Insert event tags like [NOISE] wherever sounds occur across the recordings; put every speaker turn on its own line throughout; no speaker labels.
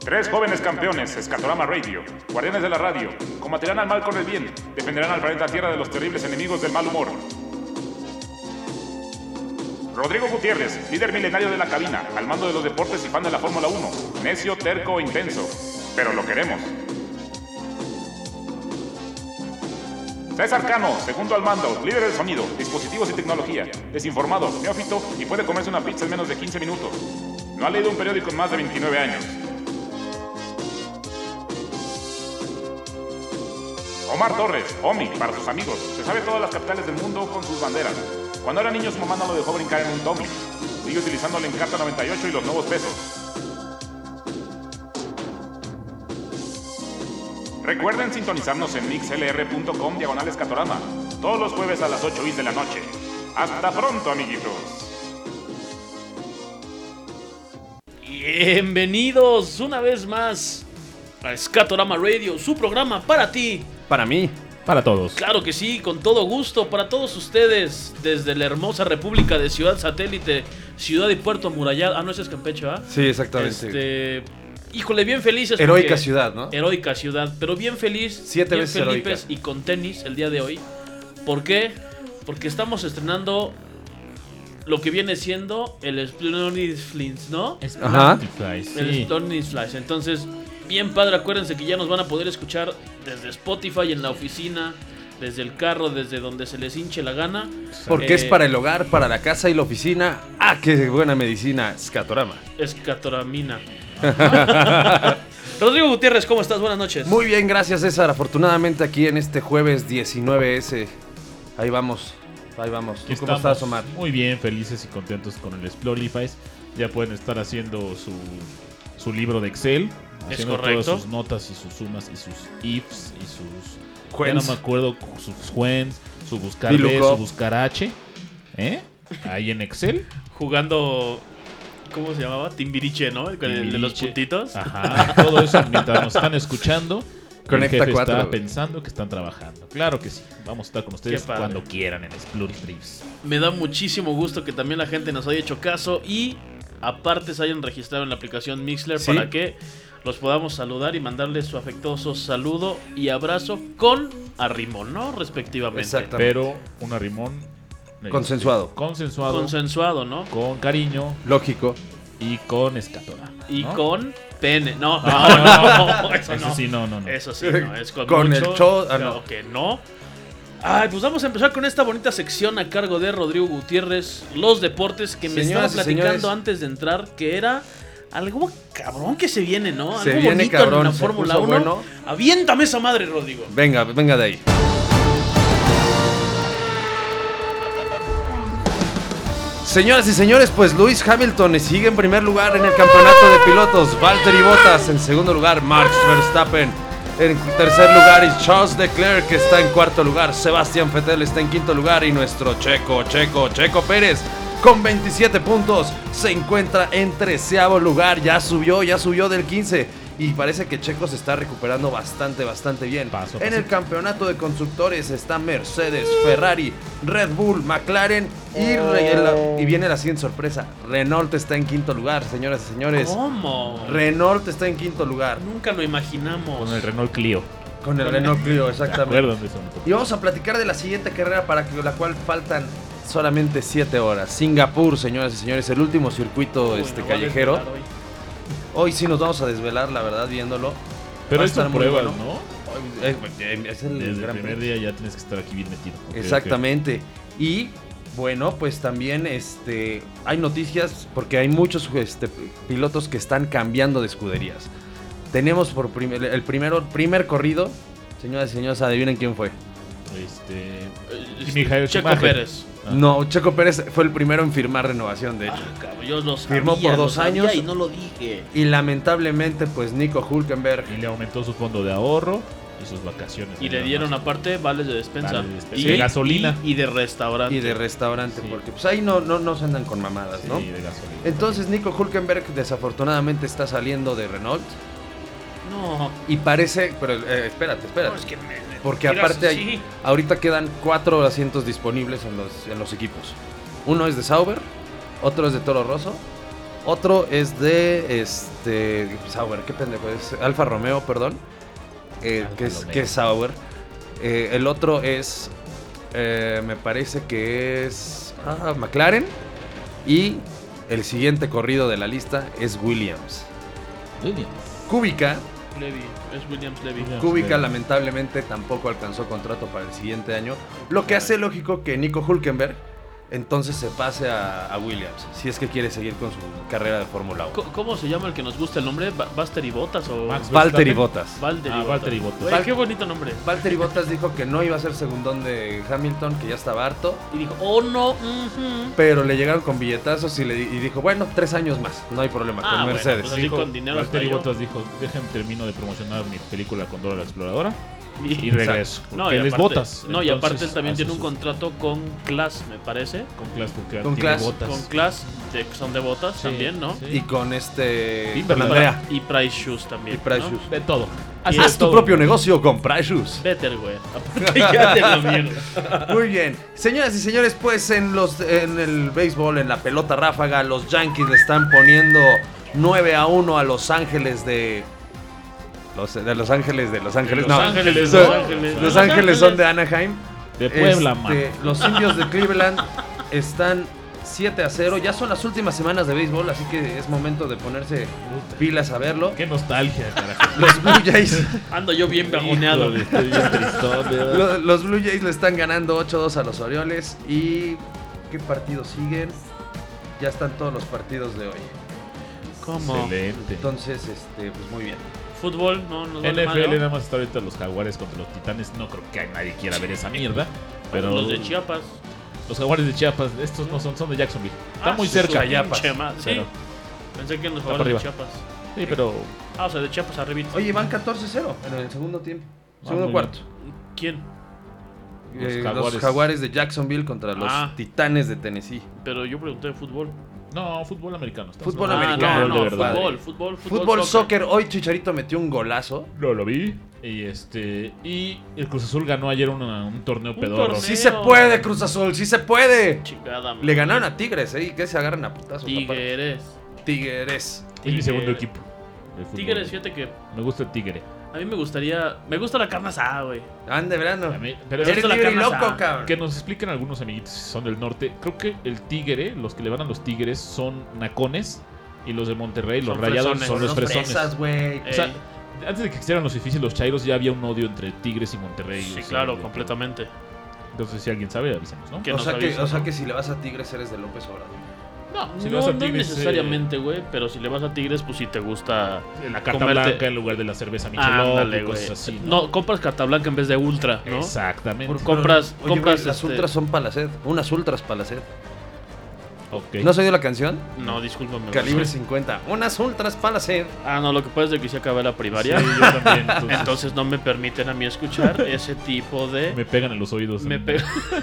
Tres jóvenes campeones, Escatorama Radio, guardianes de la radio, combatirán al mal con el bien, defenderán al planeta Tierra de los terribles enemigos del mal humor. Rodrigo Gutiérrez, líder milenario de la cabina, al mando de los deportes y fan de la Fórmula 1, necio, terco e intenso, pero lo queremos. César Cano, segundo al mando, líder del sonido, dispositivos y tecnología, desinformado, neófito y puede comerse una pizza en menos de 15 minutos. No ha leído un periódico en más de 29 años. Omar Torres, Omi, para sus amigos, se sabe todas las capitales del mundo con sus banderas. Cuando era niño su mamá no lo dejó brincar en un tumbling. Sigue utilizando la Encarta 98 y los nuevos pesos. Recuerden sintonizarnos en mixlr.com diagonal escatorama, todos los jueves a las 8 y de la noche. Hasta pronto, amiguitos.
Bienvenidos una vez más a Escatorama Radio, su programa para ti.
Para mí, para todos.
Claro que sí, con todo gusto, para todos ustedes, desde la hermosa República de Ciudad Satélite, Ciudad y Puerto Amurallada. Ah, no, ese es Campeche, ¿ah?
Sí, exactamente.
Este, híjole, bien felices.
Heroica
porque-
ciudad, ¿no?
Heroica ciudad, pero bien feliz.
Siete
bien
veces
felipes
heroica.
y con tenis el día de hoy. ¿Por qué? Porque estamos estrenando lo que viene siendo el Splendid Flint, ¿no?
Ajá.
El Splendid Flash. Entonces, bien padre, acuérdense que ya nos van a poder escuchar desde Spotify, en la oficina, desde el carro, desde donde se les hinche la gana.
Porque es
Eh,
para el hogar, para la casa y la oficina. ¡Ah, qué buena medicina! Escatorama. [LAUGHS]
Escatoramina. Rodrigo Gutiérrez, ¿cómo estás? Buenas noches.
Muy bien, gracias César. Afortunadamente aquí en este jueves 19S. Ahí vamos, ahí vamos. ¿Tú
Aquí
¿Cómo
estamos.
estás, Omar?
Muy bien, felices y contentos con el Splorify. Ya pueden estar haciendo su, su libro de Excel.
Es
haciendo
correcto.
Todas sus notas y sus sumas y sus ifs y sus. Ya no
Juens.
me acuerdo, sus whens, su buscar
Y
B,
lookup.
su buscar H. ¿Eh? Ahí en Excel.
jugando. ¿Cómo se llamaba? Timbiriche, ¿no? [LAUGHS] Con el de los
Timbiriche.
puntitos.
Ajá. Todo eso mientras nos están escuchando.
Conecta
el jefe
cuatro,
está
güey.
pensando que están trabajando. Claro que sí. Vamos a estar con ustedes
Qué padre.
cuando quieran en Splorify.
Me da muchísimo gusto que también la gente nos haya hecho caso y aparte se hayan registrado en la aplicación Mixler
Sí.
para que los podamos saludar y mandarles su afectuoso saludo y abrazo con arrimo, ¿no? Respectivamente.
Exactamente.
Pero un arrimón. eh,
Consensuado.
Consensuado.
Consensuado, ¿no?
con cariño
Lógico.
y con escatora.
Y
¿no?
con pene. No, no, no, no, eso
Eso
no.
sí, no, no, no.
Eso sí, no, es con,
Con
mucho,
el cho- ah,
claro
no.
que no. Ay, pues vamos a empezar con esta bonita sección a cargo de Rodrigo Gutiérrez, los deportes, que me estaba
Señoras y
platicando
señores.
antes de entrar, que era algo cabrón que se viene, ¿no? Algo
Se viene
bonito
cabrón,
en la
se
Fórmula
puso
1.
bueno.
Aviéntame esa madre, Rodrigo.
Venga, venga de ahí. Señoras y señores, pues Luis Hamilton sigue en primer lugar en el campeonato de pilotos. Valtteri Bottas en segundo lugar, Max Verstappen en tercer lugar y Charles Leclerc que está en cuarto lugar. Sebastián Vettel está en quinto lugar y nuestro Checo, Checo, Checo Pérez con 27 puntos se encuentra en treceavo lugar. Ya subió, ya subió del 15 y parece que Checo se está recuperando bastante, bastante bien.
Paso a
en
paso.
el campeonato de constructores está Mercedes, Ferrari, Red Bull, McLaren y, re- la- y viene la siguiente sorpresa. Renault está en quinto lugar, señoras y señores.
Oh.
¿Cómo?
Renault está en quinto lugar
Nunca lo imaginamos.
Con el Renault Clio.
con el Renault Clio,
¿Te
exactamente.
acuerdas de eso?
Y vamos a platicar de la siguiente carrera para que, la cual faltan solamente 7 horas. Singapur, señoras y señores, el último circuito
Uy, me
este
voy a
callejero.
desvelar hoy.
Hoy sí nos vamos a desvelar, la verdad, viéndolo.
Pero
Va a
es
estar
son
muy
pruebas,
bueno.
¿no?
Hoy- eh, eh, Es el
Desde el
Gran
primer
Premio.
día ya tienes que estar aquí bien metido. Ok, ok.
Exactamente. Y bueno, pues también este hay noticias porque hay muchos este, pilotos que están cambiando de escuderías. Tenemos por prim- el primero primer corrido, señoras y señores, adivinen quién fue.
Este.
Eh,
Jimmy Jair
Checo
Schumacher.
Pérez.
Ah.
No, Checo Pérez fue el primero en firmar renovación, de hecho.
Ah, cabrón, yo lo
Firmó
sabía,
por
lo
dos
sabía
años.
Y no lo dije.
Y lamentablemente, pues Nico Hulkenberg.
Y le aumentó su fondo de ahorro y sus vacaciones.
Y
Ahí
le
nada
dieron
más.
aparte vales de despensa.
Vales de despensa.
Y
De gasolina.
Y, y de restaurante.
Y de restaurante,
Sí.
porque pues ahí no, no, no se andan con mamadas,
Sí,
¿no?
de gasolina.
Entonces Nico Hulkenberg desafortunadamente está saliendo de Renault
No,
y parece, pero eh, espérate, espérate.
no, es que me- me
Porque
tiras
aparte
así.
hay, ahorita quedan cuatro asientos disponibles en los, en los equipos. Uno es de Sauber, otro es de Toro Rosso Otro es de este Sauer, qué pendejo es Alfa Romeo, perdón. eh,
Alfa
que es
Romeo.
que es Sauer. Eh, el otro es eh, me parece que es ah, McLaren y el siguiente corrido de la lista es Williams.
Williams.
Kubica,
Levy, es Williams Levy.
Williams.
Kubica
Levy.
lamentablemente tampoco alcanzó contrato para el siguiente año, lo que hace lógico que Nico Hulkenberg entonces se pase a, a Williams, si es que quiere seguir con su carrera de Fórmula 1.
Co- ¿Cómo se llama el que nos gusta el nombre? Ba- ¿Buster y Botas o...?
Max.
Valtteri
Verstappen.
Bottas.
Valtteri
Ah,
Bottas.
Valtteri Bottas.
Güey,
Val-
qué bonito nombre.
Valtteri Bottas dijo que no iba a ser segundón de Hamilton, que ya estaba harto,
Y dijo, oh no, ujú.
pero le llegaron con billetazos y, le, di- y dijo, bueno, tres años más, no hay problema,
Ah,
con
bueno,
Mercedes.
pues así con dinero hasta
Valtteri
yo.
Bottas dijo, déjenme termino de promocionar mi película con Dora la Exploradora y
Y-
regreso.
No,
porque
y
él es
aparte-
Bottas.
No, y
Entonces,
aparte él también
hace
tiene un
su-
contrato con Class, me parece.
Con Clash, porque
Con
tiene
Clash.
Botas.
Con Class, de, que son de Botas
Sí,
también, ¿no?
sí.
Y con este...
Y
con
Fernando.
Andrea.
Y Price Shoes también.
Y Price
¿no?
Shoes.
De todo.
Y de
Haz tu
todo.
propio negocio con Price Shoes.
Better, güey. Aparte ya de la mierda.
Muy bien, señoras y señores, pues en los en el béisbol, en la pelota ráfaga, los Yankees le están poniendo 9 a 1 a Los Ángeles de los, de Los Ángeles de Los Ángeles,
Los
no.
Ángeles,
Son-
Los Ángeles.
Los
Los
Ángeles son
Ángeles.
de Anaheim.
De Puebla,
Este,
man.
Los indios de Cleveland están 7 a 0. Ya son las últimas semanas de béisbol, así que es momento de ponerse pilas a verlo.
Qué nostalgia, carajo.
Los Blue Jays
Ando yo bien bajoneado.
Híjole, estoy bien tristón, de verdad.
Lo- Los Blue Jays le están ganando 8-2 a los Orioles. ¿Y qué partidos siguen? Ya están todos los partidos de hoy.
¿Cómo?
Excelente.
Entonces, este, pues muy bien.
Fútbol, no, nos vale
NFL
madre,
nada
¿no?
más está ahorita los jaguares contra los titanes. No creo que nadie quiera ver esa mierda. Pero
Los de Chiapas.
los jaguares de Chiapas, estos no son, son de Jacksonville. Está
Ah,
muy
sí,
cerca.
su
Chiapas.
pinche ma- Sí,
Pero-
pensé que nos
para
jugaban de
arriba.
Chiapas.
Sí, pero
Ah, o sea, de Chiapas arribita.
Oye, van 14-0 en el segundo tiempo.
Ah,
Segundo
muy
cuarto.
¿Quién?
Eh, Los,
Los
jaguares.
Jaguares.
de Jacksonville contra los
Ah.
Titanes de Tennessee.
Pero yo pregunté de fútbol.
no, fútbol americano. estamos
Fútbol
hablando.
ah,
americano,
no, no,
de verdad.
fútbol, fútbol, fútbol,
Fútbol, soccer. Hoy Chicharito metió un golazo.
Lo, lo vi. Y este y el Cruz Azul ganó ayer una- un torneo
Un
pedorro.
torneo.
Sí se puede, Cruz Azul, sí se puede.
Chingada, madre.
Le ganaron a Tigres, ¿eh? Y que se agarran a putazos. aparte.
Tigres.
Tigres.
Es mi
Tigres.
segundo equipo. de fútbol.
Tigres, fíjate que
Me gusta el Tigre.
a mí me gustaría. Me gusta la carne asada, güey.
Ande, verano.
A mí- pero
Eres
esto la
libre y
carne
loco,
asada.
cabrón.
Que nos expliquen algunos amiguitos si son del norte. Creo que el tigre, los que le van a los tigres, son nacones. Y los de Monterrey, los
Son
rayados,
fresones.
son los
Son
fresones.
fresas, güey.
O sea,
Ey.
antes de que existieran los fifís y los chairos, ya había un odio entre tigres y Monterrey.
Sí,
o sea,
claro,
de-
completamente.
Entonces, si alguien sabe, avísenos, ¿no?
Que
o,
nos
sea que,
avisa,
o sea
¿no?
que si le vas a Tigres eres de López Obrador.
No,
no, no necesariamente, güey, pero si le vas a Tigres, pues sí te gusta
la carta
comerte-
blanca en lugar de la cerveza
Ah,
Michelob
ándale,
y
güey.
cosas así.
¿no? compras carta blanca en vez de ultra, ¿no?
Exactamente.
Por- compras-
Oye,
compras,
güey, las
este-
ultras son para la sed. Unas ultras para la sed.
Ok.
¿No has oído la canción?
No, discúlpame.
Calibre
güey.
50. Unas ultras para la sed.
Ah, no, lo que pasa es de que se acabé la primaria.
Sí, yo
[LAUGHS]
también. Entonces,
Entonces no me permiten a mí escuchar ese tipo de.
me pegan en los oídos.
Me
[LAUGHS] en-
pega. [LAUGHS]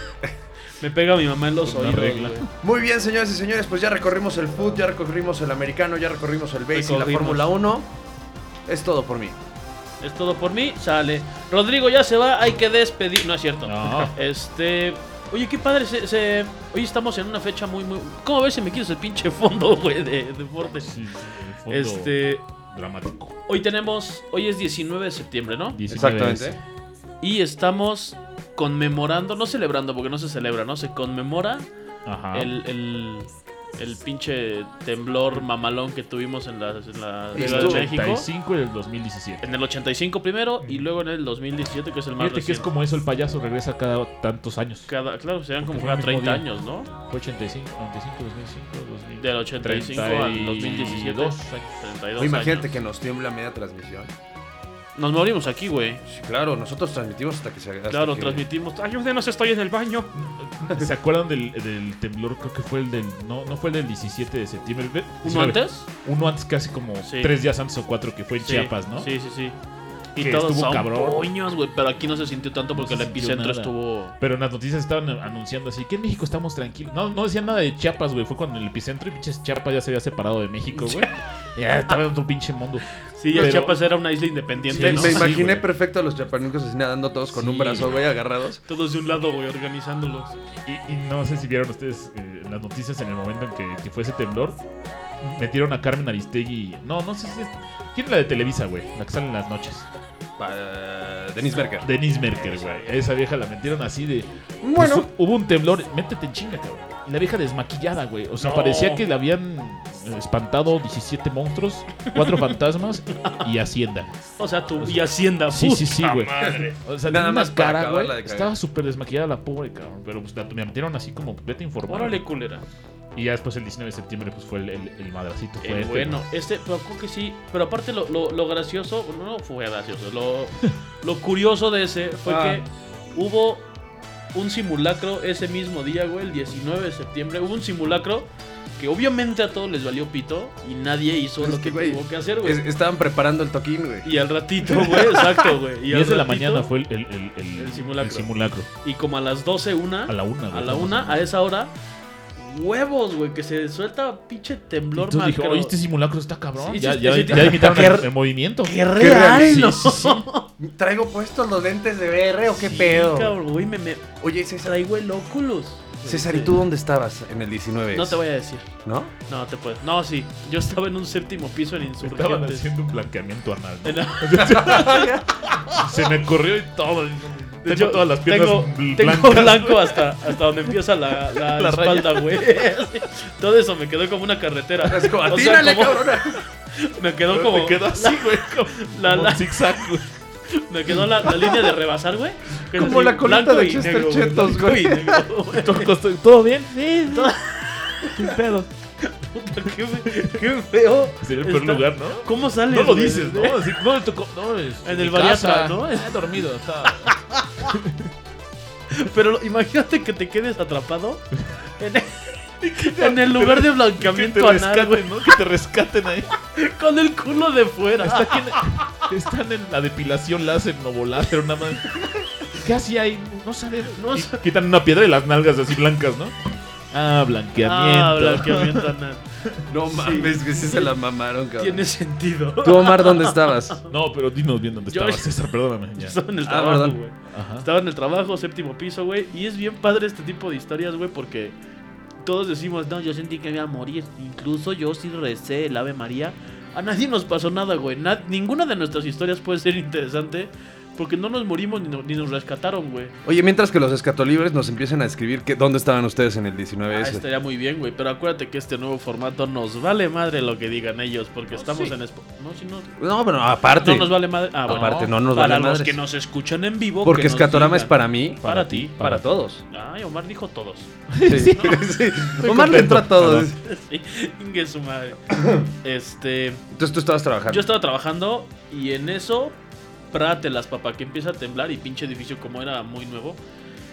me pega mi mamá en los
Una
oídos.
regla.
güey.
Muy bien, señoras y señores, pues ya recorrimos el foot, ya recorrimos el americano, ya recorrimos el base y la
Recorrimos.
Fórmula 1. Es todo por mí.
Es todo por mí, sale. Rodrigo ya se va, hay que despedir. No es cierto.
No.
Este. Oye, qué padre, se, se- hoy estamos en una fecha muy, muy. ¿Cómo ves si me quitas el pinche fondo, [LAUGHS] güey, de deportes?
Sí, sí, en el fondo
Este.
Dramático.
Hoy tenemos. Hoy es 19 de septiembre, ¿no?
19
Exactamente. Pues
es-
Y estamos conmemorando, no celebrando, porque no se celebra, ¿no? Se conmemora
Ajá.
el, el, el pinche temblor mamalón que tuvimos en la, en la
Y
Ciudad
estuvo-
de México.
85 y el 2017.
En el 85 primero y luego en el 2017, que es el más
Fíjate que es
reciente.
como eso, el payaso regresa cada tantos años.
Cada, claro, serían como
Porque fue
cada
el mismo
30
día.
años, ¿no?
Fue 85, 95, 2005, 2000.
Del 85 al 2017.
32
32
Oye, imagínate
años.
que nos tiembla media transmisión.
Nos morimos aquí, güey.
Sí, claro, nosotros transmitimos hasta que se hasta
Claro,
que-
transmitimos. Ayúdenos, estoy en el baño.
¿Se acuerdan del, del temblor? Creo que fue el del. No, no fue el del 17 de septiembre. ve-
¿Uno
19.
antes?
Uno antes, casi como
Sí.
tres días antes o cuatro, que fue en
Sí,
Chiapas, ¿no?
Sí, sí, sí. Y
Que
todos
estuvo
son
cabrón.
puños, güey. Pero aquí no se sintió tanto porque
se
el
sintió
epicentro
nada.
estuvo.
Pero en las noticias estaban anunciando así que en México estamos tranquilos. No, no decían nada de Chiapas, güey. Fue cuando el epicentro y pinches Chiapas ya se había separado de
[LAUGHS]
México, güey. ya estaba en otro pinche mundo.
Sí, ya
Pero-
Chiapas era una isla independiente,
Me,
¿no?
me
Sí,
imaginé
güey.
perfecto a los chapanicos así nadando todos con un
Sí.
brazo, güey, agarrados.
Todos de un lado, güey, organizándolos.
Y, y no sé si vieron ustedes eh, las noticias en el momento en que, que fue ese temblor. metieron a Carmen Aristegui. No, no sé si es. ¿Quién es la de Televisa, güey? La que sale en las noches.
eh,
Pa- Denise Berger.
Denise Merkel, güey. Esa vieja la metieron así de. Bueno. hubo un temblor. Métete en chinga, cabrón. Y la vieja desmaquillada, güey. O sea,
No.
parecía que le habían eh, espantado 17 monstruos, 4 fantasmas y Hacienda.
O sea, tu y Hacienda.
Sí, sí, sí, güey.
Madre.
O sea,
Nada
nada
más
más
para
cara, güey.
acabarla de cagar.
Estaba súper desmaquillada la pobre, cabrón. Pero pues la, me metieron así como, vete informado.
Órale, culera.
Y ya después el 19 de septiembre, pues fue el, el, el madracito.
Eh,
Fue este,
bueno, este, pero creo que sí. Pero aparte, lo, lo, lo gracioso, bueno, no fue gracioso, lo, lo curioso de ese fue
Ah.
que hubo un simulacro ese mismo día, güey, el 19 de septiembre. Hubo un simulacro que obviamente a todos les valió pito y nadie hizo
Es
lo que
que, güey,
tuvo que hacer, güey.
Es- estaban preparando el toquín, güey.
Y al ratito,
[LAUGHS]
güey, exacto, güey. Y al
10 de la
ratito,
mañana fue el, el, el, el-
El simulacro.
el simulacro.
Y como a las 12, una.
A la una, güey.
A la una, a esa hora. Huevos, güey, que se suelta pinche temblor
Entonces dije,
macro.
oye, este simulacro está cabrón.
Sí,
ya,
sí,
ya,
sí,
ya
sí.
imitaron
Qué
el,
re-
el movimiento.
¡Qué real,
real, sí,
no!
sí,
[LAUGHS]
sí.
Traigo puestos los lentes de VR o qué
Sí,
pedo.
cabrón, güey, me, me
Oye, César,
traigo el Oculus.
César, ¿y tú dónde estabas en el 19?
No te voy a decir.
¿No?
[LAUGHS] No, te puedo. No, sí. Yo estaba en un séptimo piso en
Estaban
Insurgentes.
haciendo un blanqueamiento anal.
[LAUGHS]
¿no?
En la-
Se me corrió y todo. Tengo
yo
todas las piernas
tengo-
bl-
tengo
blancas.
blanco hasta, hasta donde empieza la, la
[LAUGHS] La raya.
espalda, güey. Así. Todo eso me quedó como una carretera.
Es como,
O sea,
"Atínale,
como-
cabrona".
Me quedó
Pero
como.
Te quedó así, güey. como-
la-
como
la-
un zigzag, güey.
[LAUGHS] Me quedó la, la línea de rebasar, güey. Que es
Como
así,
la colita
blanco
de
y
Chester
negro,
Chetos,
blanco y
güey.
negro, güey.
¿Todo bien? Sí, Sin pedo.
[LAUGHS] Puta, qué, fe- qué feo.
Sería el peor
Está-
lugar, ¿no?
¿Cómo sales?
No lo
güey?
dices, ¿no? Así, no me tocó. No, es
En
mi
el bariatra,
casa.
¿no?
He dormido. Estaba...
Pero lo- imagínate que te quedes
[LAUGHS]
atrapado en, en el lugar de
[LAUGHS] Que te
blanqueamiento anal, güey,
rescaten, ¿no? Que te rescaten ahí.
con el culo de fuera.
Está aquí en- están en la depilación láser, novoláser, una madre. ¿Qué hacía ahí? No sabe.
No
Y
sabe.
Quitan una piedra y las nalgas así blancas, ¿no? Ah,
[LAUGHS]
blanqueamiento.
Ah, blanqueamiento anal.
No mames, que sí se la mamaron, cabrón.
Tiene sentido.
¿Tú, Omar, dónde estabas?
[LAUGHS]
No, pero dinos bien dónde
Yo-
[LAUGHS] estaba César, perdóname.
[LAUGHS]
ya.
Estaba en el
Ah,
trabajo,
perdón.
güey.
Ajá.
Estaba en el trabajo, séptimo piso, güey. Y es bien padre este tipo de historias, güey, porque todos decimos, no, yo sentí que me iba a morir. Incluso yo sí recé el Ave María. A nadie nos pasó nada, güey. Na- ninguna de nuestras historias puede ser interesante porque no nos morimos ni, no- ni nos rescataron, güey.
Oye, mientras que los escatolibres nos empiezan a escribir que, dónde estaban ustedes en el 19S.
Ah, estaría muy bien, güey. Pero acuérdate que este nuevo formato nos vale madre lo que digan ellos porque estamos
sí.
en... Sp- No, si no...
No, pero aparte.
No nos vale madre. Ah, bueno.
aparte, no, nos
para
vale
los
madres.
que nos escuchan en vivo.
Porque
que nos
escatorama es
digan.
para mí.
Para, ti.
Para todos.
Ay, Omar dijo todos. [LAUGHS]
Sí. [LAUGHS] Sí. Omar le entró a todos.
Sí, ingue su
[COUGHS]
madre. Este.
Entonces tú estabas trabajando.
Yo estaba trabajando y en eso. Prátelas, papá, que empieza a temblar y pinche edificio, como era muy nuevo.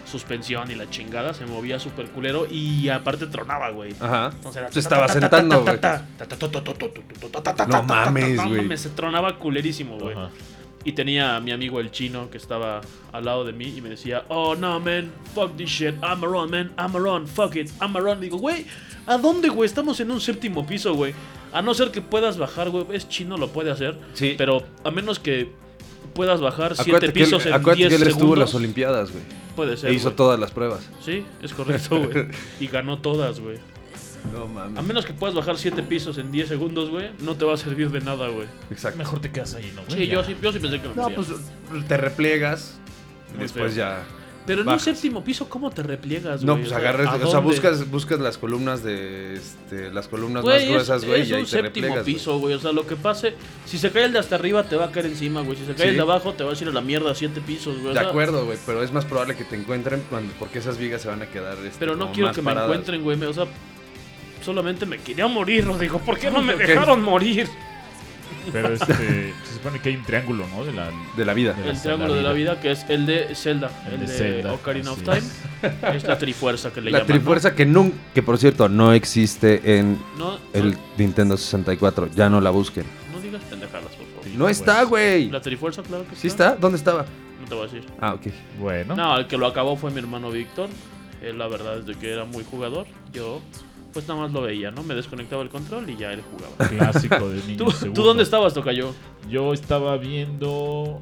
Suspensión y la chingada, se movía súper culero y aparte tronaba, güey.
Ajá.
Entonces era-
Te estaba sentando, güey. No mames,
No
güey.
mames, se tronaba culerísimo, güey.
Ajá.
Y tenía a mi amigo el chino que estaba al lado de mí y me decía, oh no, man, fuck this shit, I'm a run, man, I'm a run, fuck it, I'm a run. Digo, güey, ¿a dónde, güey? Estamos en un séptimo piso, güey. A no ser que puedas bajar, güey, es chino, lo puede hacer.
Sí.
Pero a menos que puedas bajar siete
Acuérdate que él,
pisos en
acuérdate
10
que él estuvo en
segundos.
las Olimpiadas, güey.
puede ser.
E hizo
güey.
todas las pruebas.
Sí, es correcto,
[LAUGHS]
güey. y ganó todas, güey.
No
A
mames.
menos que puedas bajar siete pisos en 10 segundos, güey, no te va a servir de nada, güey.
Exacto.
Mejor te quedas ahí, ¿no? güey?
Sí,
Ya.
yo sí, yo sí pensé que me
No,
moría.
pues te repliegas. Y
Muy
después
feo.
ya.
Pero en
bajas.
un séptimo piso, ¿cómo te repliegas,
No,
güey?
pues agarras.
¿a
O sea,
dónde?
buscas, buscas las columnas de. Este, las columnas
Güey,
más
es-
gruesas, güey.
Es
Y ahí
un
te
séptimo
replegas. güey.
piso, güey. O sea, lo que pase, si se cae el de hasta arriba, te va a caer encima, güey. Si se cae
Sí.
el de abajo, te vas a ir a la mierda a siete pisos, güey. O
De
sea,
acuerdo, güey, pero es más probable que te encuentren cuando, porque esas vigas se van a quedar. este,
Pero no
como
quiero
más
que
paradas.
me encuentren, güey. O sea, solamente me quería morir, Rodrigo. ¿Por qué no me dejaron morir?
Pero este. Se supone que hay un triángulo, ¿no? De la.
De la vida.
de
El triángulo de la vida, que es el de Zelda, el,
El
de,
de Zelda,
Ocarina of
así
Time. Es la trifuerza que le
La
llaman. ¿no?
trifuerza que nunca, que por cierto no existe en
No,
el
no,
Nintendo 64, ya no la busquen.
no digas pendejadas, por favor.
Sí.
No está, güey.
La trifuerza, claro que
¿Sí está? ¿Dónde estaba?
No te voy a decir.
Ah, ok.
Bueno.
No, el que lo acabó fue mi hermano Víctor. Él la verdad es de que era muy jugador. Yo pues nada más lo veía, ¿no? Me desconectaba el control y ya él
[LAUGHS]
jugaba.
Clásico de niño.
¿Tú,
seguro.
¿tú dónde estabas, Tocayo?
Yo estaba viendo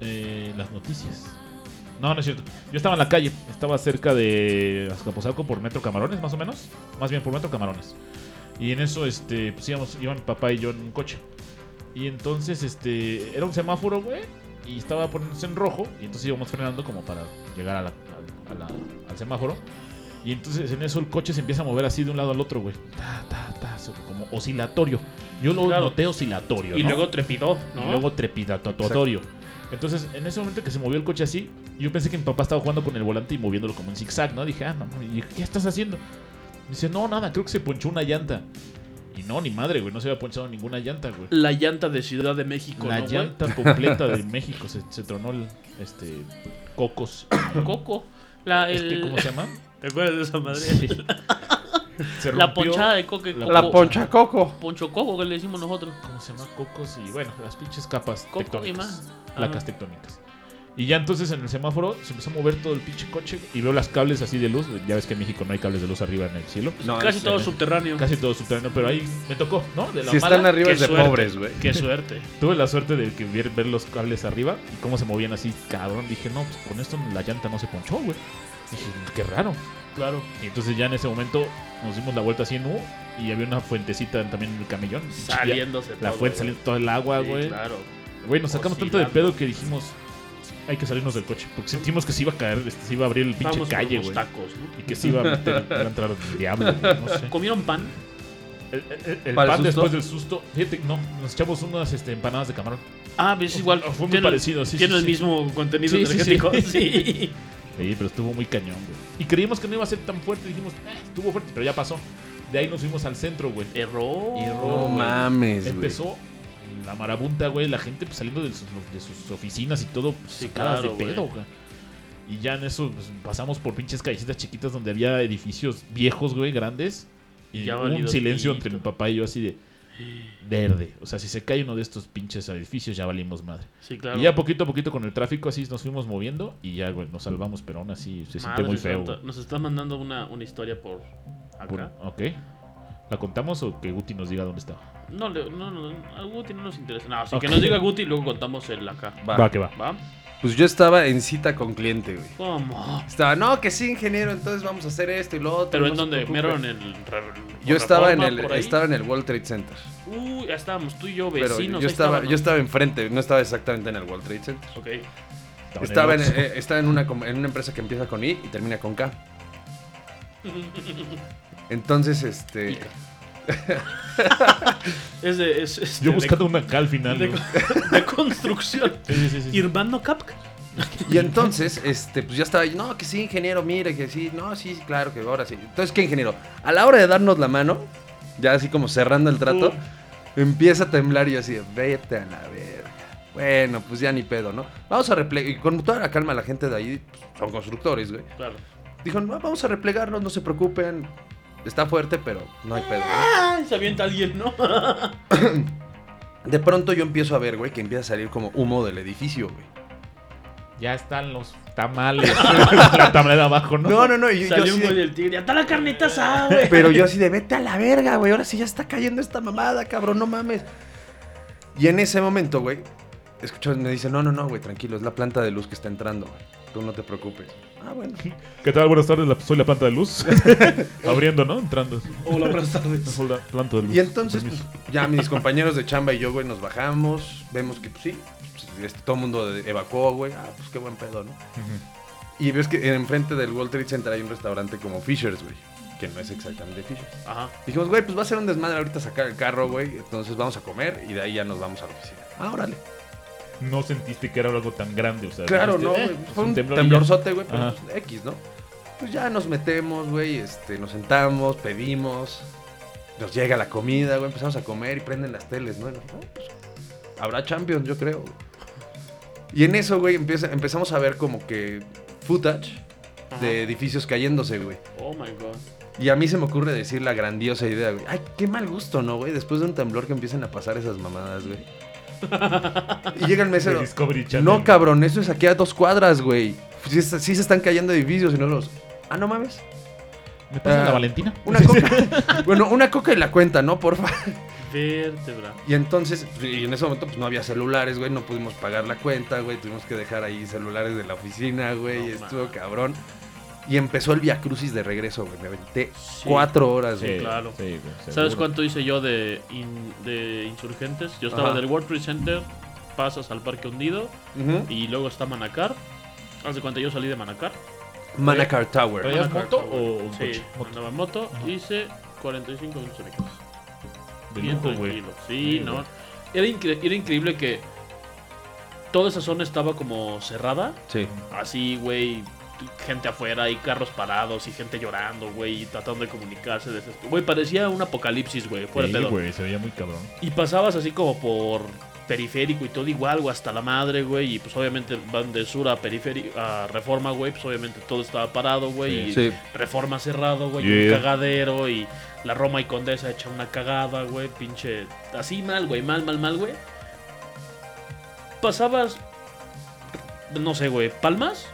eh, las noticias. No, no es cierto. Yo estaba en la calle. Estaba cerca de Azcapotzalco por Metro Camarones, más o menos. Más bien por Metro Camarones. Y en eso, este, pues íbamos, iban mi papá y yo en un coche. Y entonces, este, era un semáforo, güey. Y estaba poniéndose en rojo. Y entonces íbamos frenando como para llegar a la- al- a la- al semáforo. Y entonces en eso el coche se empieza a mover así de un lado al otro, güey. Ta, ta, ta, so- como oscilatorio. Yo lo
Claro.
noté oscilatorio.
Y
¿no?
luego trepidó, ¿no?
Y luego trepidatorio. Entonces, en ese momento que se movió el coche así, yo pensé que mi papá estaba jugando con el volante y moviéndolo como un zigzag, ¿no? Dije, ah, no, mames. Y dije, ¿qué estás haciendo? Me dice, no, nada, creo que se ponchó una llanta. Y no, ni madre, güey, no se había ponchado ninguna llanta, güey.
La llanta de Ciudad de México,
La
¿no, güey?
llanta completa de México se, se tronó el, este, cocos.
Coco. La,
Este,
el-
¿Cómo
[LAUGHS]
se llama?
¿Te acuerdas de esa madre?
Sí. Se
La
rompió-
ponchada de coco.
La
La poncha coco.
Poncho coco que le decimos nosotros.
¿Cómo se llama? Cocos y bueno, las pinches capas
Coco y
tectónicas.
más.
Placas
Ah.
tectónicas. Y ya entonces en el semáforo se empezó a mover todo el pinche coche y veo las cables así de luz. Ya ves que en México no hay cables de luz arriba en el cielo.
No,
Pues Casi
es-
todo subterráneo.
Casi todo subterráneo, pero ahí me tocó, ¿no? De la
si
mala.
están arriba
Qué
es de
suerte.
pobres, güey.
Qué suerte.
Tuve la suerte de que ver, ver los cables arriba y cómo se movían así, cabrón. Dije, no, pues con esto la llanta no se ponchó, güey. Dije, qué raro.
Claro.
Y entonces ya en ese momento nos dimos la vuelta así en U y había una fuentecita también en el camellón.
Saliéndose.
La
todo,
fuente salió todo el agua,
güey. Sí,
güey.
Claro.
Güey, nos sacamos tanto de
Oscilando.
pedo que dijimos, hay que salirnos del coche. Porque sentimos que se iba a caer, este, se iba a abrir el pinche
Vamos
calle,
por los
güey.
tacos, ¿no?
Y que se iba a, meter, iba a entrar el diablo, güey, no [LAUGHS] sé.
¿Comieron pan?
El, el- el
¿Para el susto?
pan después del susto, fíjate, no, nos echamos unas este, empanadas de camarón.
Ah, es igual.
Ah, fue muy
tiene-
parecido, sí,
Tiene
sí,
el
sí.
mismo contenido
Sí, sí, sí.
energético. [LAUGHS] Sí.
Sí, pero estuvo muy cañón, güey. Y creímos que no iba a ser tan fuerte, dijimos, "Ah, estuvo fuerte, pero ya pasó. De ahí nos fuimos al centro, güey.
Error.
Error.
No
güey.
mames, güey.
Empezó la marabunta, güey, la gente pues, saliendo de sus, de sus oficinas y todo, pues,
Sí,
sacadas
claro,
de
güey.
pedo, güey. Y ya en eso pues, pasamos por pinches callecitas chiquitas donde había edificios viejos, güey, grandes. Y
Ya
hubo un
valido
silencio
pito.
entre mi papá y yo así de verde. O sea, si se cae uno de estos pinches edificios, ya valimos madre.
Sí, claro.
Y ya pues, poquito a poquito con el tráfico así nos fuimos moviendo y ya, güey, nos salvamos, pero aún así se
Madre
sintió muy feo.
santa. Nos están mandando una, una historia por acá.
güey. Ok. ¿La contamos o que Guti nos diga dónde estaba?
No, le- no, no, no, a Guti no nos interesa. No, así
Ok.
que nos diga Guti y luego contamos el acá.
Va.
Va, que va.
¿Va?
Pues yo estaba en cita con cliente, güey.
¿Cómo?
Estaba, no, que sí, ingeniero, entonces vamos a hacer esto y lo otro.
Pero
no
en
se
dónde?
preocupe".
¿Mero en el. re-
Yo estaba en
Reforma,
el,
por ahí? Pues
estaba en el World Trade Center.
Uy, ya estábamos tú y yo
Pero
vecinos.
yo
ahí
estaba, yo
estábamos.
estaba enfrente, no estaba exactamente en el World Trade Center.
Ok.
Estaba en,
el Oxxo.
eh, estaba en una, com- en una empresa que empieza con I y termina con K. Entonces, este.
Es de. Es, es
Yo
de-
buscando una K al final.
de,
güey.
[LAUGHS]
de construcción.
Sí, sí, sí, sí.
Irvando Capca.
Y entonces, este, pues ya estaba ahí, no, que sí, ingeniero, mire, que sí, no, sí, claro, que ahora sí. Entonces, ¿qué, ingeniero? A la hora de darnos la mano, ya así como cerrando el trato, empieza a temblar y yo así, de, vete a la verga. Bueno, pues ya ni pedo, ¿no? Vamos a replegar, y con toda la calma la gente de ahí, pues, son constructores, güey.
Claro.
Dijo, no, vamos a replegarnos, no se preocupen. Está fuerte, pero no hay pedo, ¿no?
Ah, se avienta alguien, ¿no?
De pronto yo empiezo a ver, güey, que empieza a salir como humo del edificio, güey.
Ya están los tamales. [LAUGHS] la tamalera abajo, ¿no?
No, no, no, [LAUGHS] y yo, yo
Salió
así
un
de-
güey del tigre. ¡Está la carnita asada,
[LAUGHS]
güey!
Pero yo así de, vete a la verga, güey. Ahora sí ya está cayendo esta mamada, cabrón, no mames. Y en ese momento, güey, escucho, me dice, no, no, no, güey, tranquilo, es la planta de luz que está entrando, güey. Tú no te preocupes. Ah, [LAUGHS] bueno.
¿Qué tal? Buenas tardes, la- soy la planta de luz. [LAUGHS] Abriendo, ¿no? Entrando.
Hola, buenas tardes.
Soy la planta de luz.
Y entonces,
Permiso.
pues, ya mis compañeros de chamba y yo, güey, nos bajamos. Vemos que, pues sí, pues, este, todo el mundo de- evacuó, güey. Ah, pues qué buen pedo, ¿no? Y ves que enfrente del World Trade Center hay un restaurante como Fisher's, güey. Que no es exactamente Fisher's.
Ajá.
Dijimos, güey, pues va a ser un desmadre ahorita sacar el carro, güey. Entonces vamos a comer y de ahí ya nos vamos a la oficina. Ah, órale.
No sentiste que era algo tan grande, o sea.
Claro, no,
dijiste,
güey.
"Eh, pues,
Fue un
temblor y ya".
temblorzote, güey, pero
Ajá.
pues, X, ¿no? Pues ya nos metemos, güey, este, nos sentamos, pedimos. Nos llega la comida, güey, empezamos a comer y prenden las teles, ¿no? Y nosotros, "Ah, pues, habrá Champions, yo creo. güey". Y en eso, güey, empieza- empezamos a ver como que footage de edificios cayéndose, güey.
Oh my god.
Y a mí se me ocurre decir la grandiosa idea, güey. Ay, qué mal gusto, ¿no, güey? Después de un temblor que empiecen a pasar esas mamadas,
[LAUGHS]
güey. Y llega el
De
mesero.
Discovery Channel.
No, cabrón, eso es aquí a dos cuadras, güey. Sí, es- sí se están cayendo edificios y no los... Ah, no mames.
¿Me pasa la
Ah,
Valentina?
Una coca. [LAUGHS] bueno, una coca y la cuenta, ¿no? Porfa.
Vértebra.
Y entonces, y en ese momento, pues no había celulares, güey. No pudimos pagar la cuenta, güey. Tuvimos que dejar ahí celulares de la oficina, güey.
No
Estuvo cabrón. Y empezó el Via Crucis de regreso, güey. Me aventé cuatro horas, güey.
Sí,
claro.
sí, güey,
¿Sabes
seguro.
cuánto hice yo de, in- de insurgentes? Yo estaba
Ajá.
del World Trade Center, pasas al Parque Hundido
Ujú.
y luego está Manacar. Haz de cuenta, yo salí de Manacar.
Manacar Tower.
¿Traías
Manacar,
moto
Tower.
o un
Sí,
coche? Moto.
andaba en moto. Hice 45 minutos en equipo.
De
Bien
lujo, güey.
tranquilo. Sí, no. Era, incre- era increíble que toda esa zona estaba como cerrada.
Sí.
Así, güey. Gente afuera y carros parados y gente llorando, güey, y tratando de comunicarse. de esas- Güey, parecía un apocalipsis, güey, fuera de
Sí,
pedo.
güey, se veía muy cabrón.
Y pasabas así como por periférico y todo igual, güey, hasta la madre, güey. Y pues obviamente van de sur a periférico, a reforma, güey. Pues obviamente todo estaba parado, güey.
Sí.
y
Sí.
Reforma cerrado, güey. y Un
Yeah.
cagadero. Y la Roma y Condesa hecha una cagada, güey. Pinche. Así mal, güey. Mal, mal, mal, güey. Pasabas. No sé, güey. Palmas.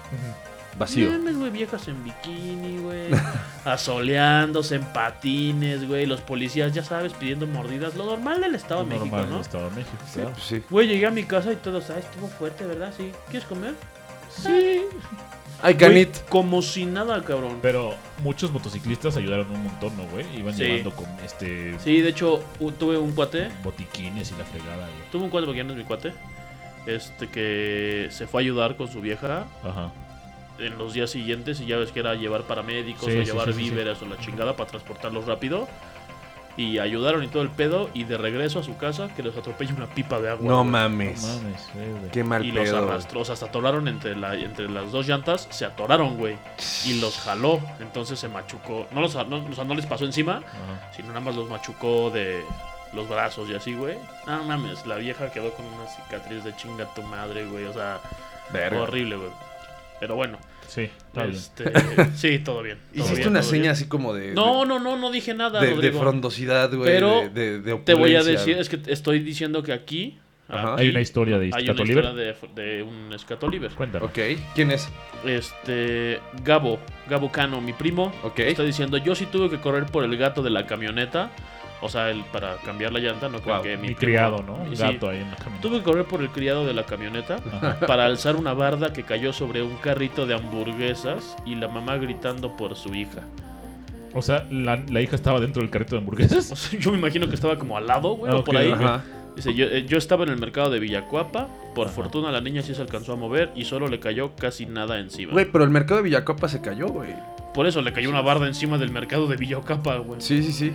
Vacío.
Mames, güey, viejas en bikini, güey. [LAUGHS] asoleándose en patines, güey. Los policías, ya sabes, pidiendo mordidas. Lo normal del Estado de México,
Normal,
¿no?
Estado de México,
Sí,
claro.
pues sí.
Güey, llegué a mi casa y todo, ¿sabes? Estuvo fuerte, ¿verdad? Sí. ¿Quieres comer? Sí.
Ay, Canit.
como si nada, cabrón.
Pero muchos motociclistas ayudaron un montón, ¿no, güey? Iban
Sí.
llevando con este
Sí, de hecho, u- tuve un cuate.
botiquines y la fregada, güey.
Tuve un cuate porque ya no es mi cuate. Este que se fue a ayudar con su vieja
Ajá.
en los días siguientes y ya ves que era llevar paramédicos
Sí,
o
sí,
llevar
sí, sí, sí.
víveres o la chingada para transportarlos rápido. Y ayudaron y todo el pedo. Y de regreso a su casa, que los atropella una pipa de agua.
No
güey.
mames.
No mames, eh, güey.
Qué mal
y los
pedo. güey.
arrastró, o sea, se atoraron entre, la, entre las dos llantas, se atoraron, güey, y los jaló, entonces se machucó, no los, no, o sea, no les pasó encima,
Ajá.
sino nada más los machucó de los brazos y así, güey. No mames, la vieja quedó con una cicatriz de chinga tu madre, güey, o sea,
Verga.
horrible, güey. Pero bueno,
Sí, está bien. [LAUGHS]
este, sí, todo bien. todo
Hiciste
bien,
una
todo
seña
bien.
así como de.
No, no, no, no dije nada,
de, de, de
Rodrigo.
frondosidad, güey.
Pero
de, de, de
Te voy a
opulencia.
decir, es que te estoy diciendo que aquí,
Ajá.
aquí
Hay una historia de
hay una
Iscato
historia
Libre.
de, de un escatoliber.
Cuéntanos.
Ok. ¿Quién es?
Este, Gabo, Gabo Cano, mi primo,
Ok.
está diciendo, yo sí tuve que correr por el gato de la camioneta, o sea, el, para cambiar la llanta, no creo
Wow,
que mi
Mi
primo-
criado, ¿no? Un
Sí,
gato ahí en la camioneta.
tuve que correr por el criado de la
[LAUGHS]
camioneta
Ajá.
para alzar una barda que cayó sobre un carrito de hamburguesas y la mamá gritando por su hija.
O sea, la, la hija estaba dentro del carrito de
[LAUGHS]
hamburguesas.
O sea, yo me imagino que estaba como al lado, güey,
Ah,
o por
ok,
ahí.
Ajá.
Dice, yo, eh, yo estaba en el mercado de Villacuapa, por
Ajá.
fortuna la niña sí se alcanzó a mover y solo le cayó casi nada encima.
Güey, pero el mercado de Villacopa se cayó, güey.
Por eso le cayó una barda encima del mercado de Villacuapa, güey.
Sí, sí, [LAUGHS] sí.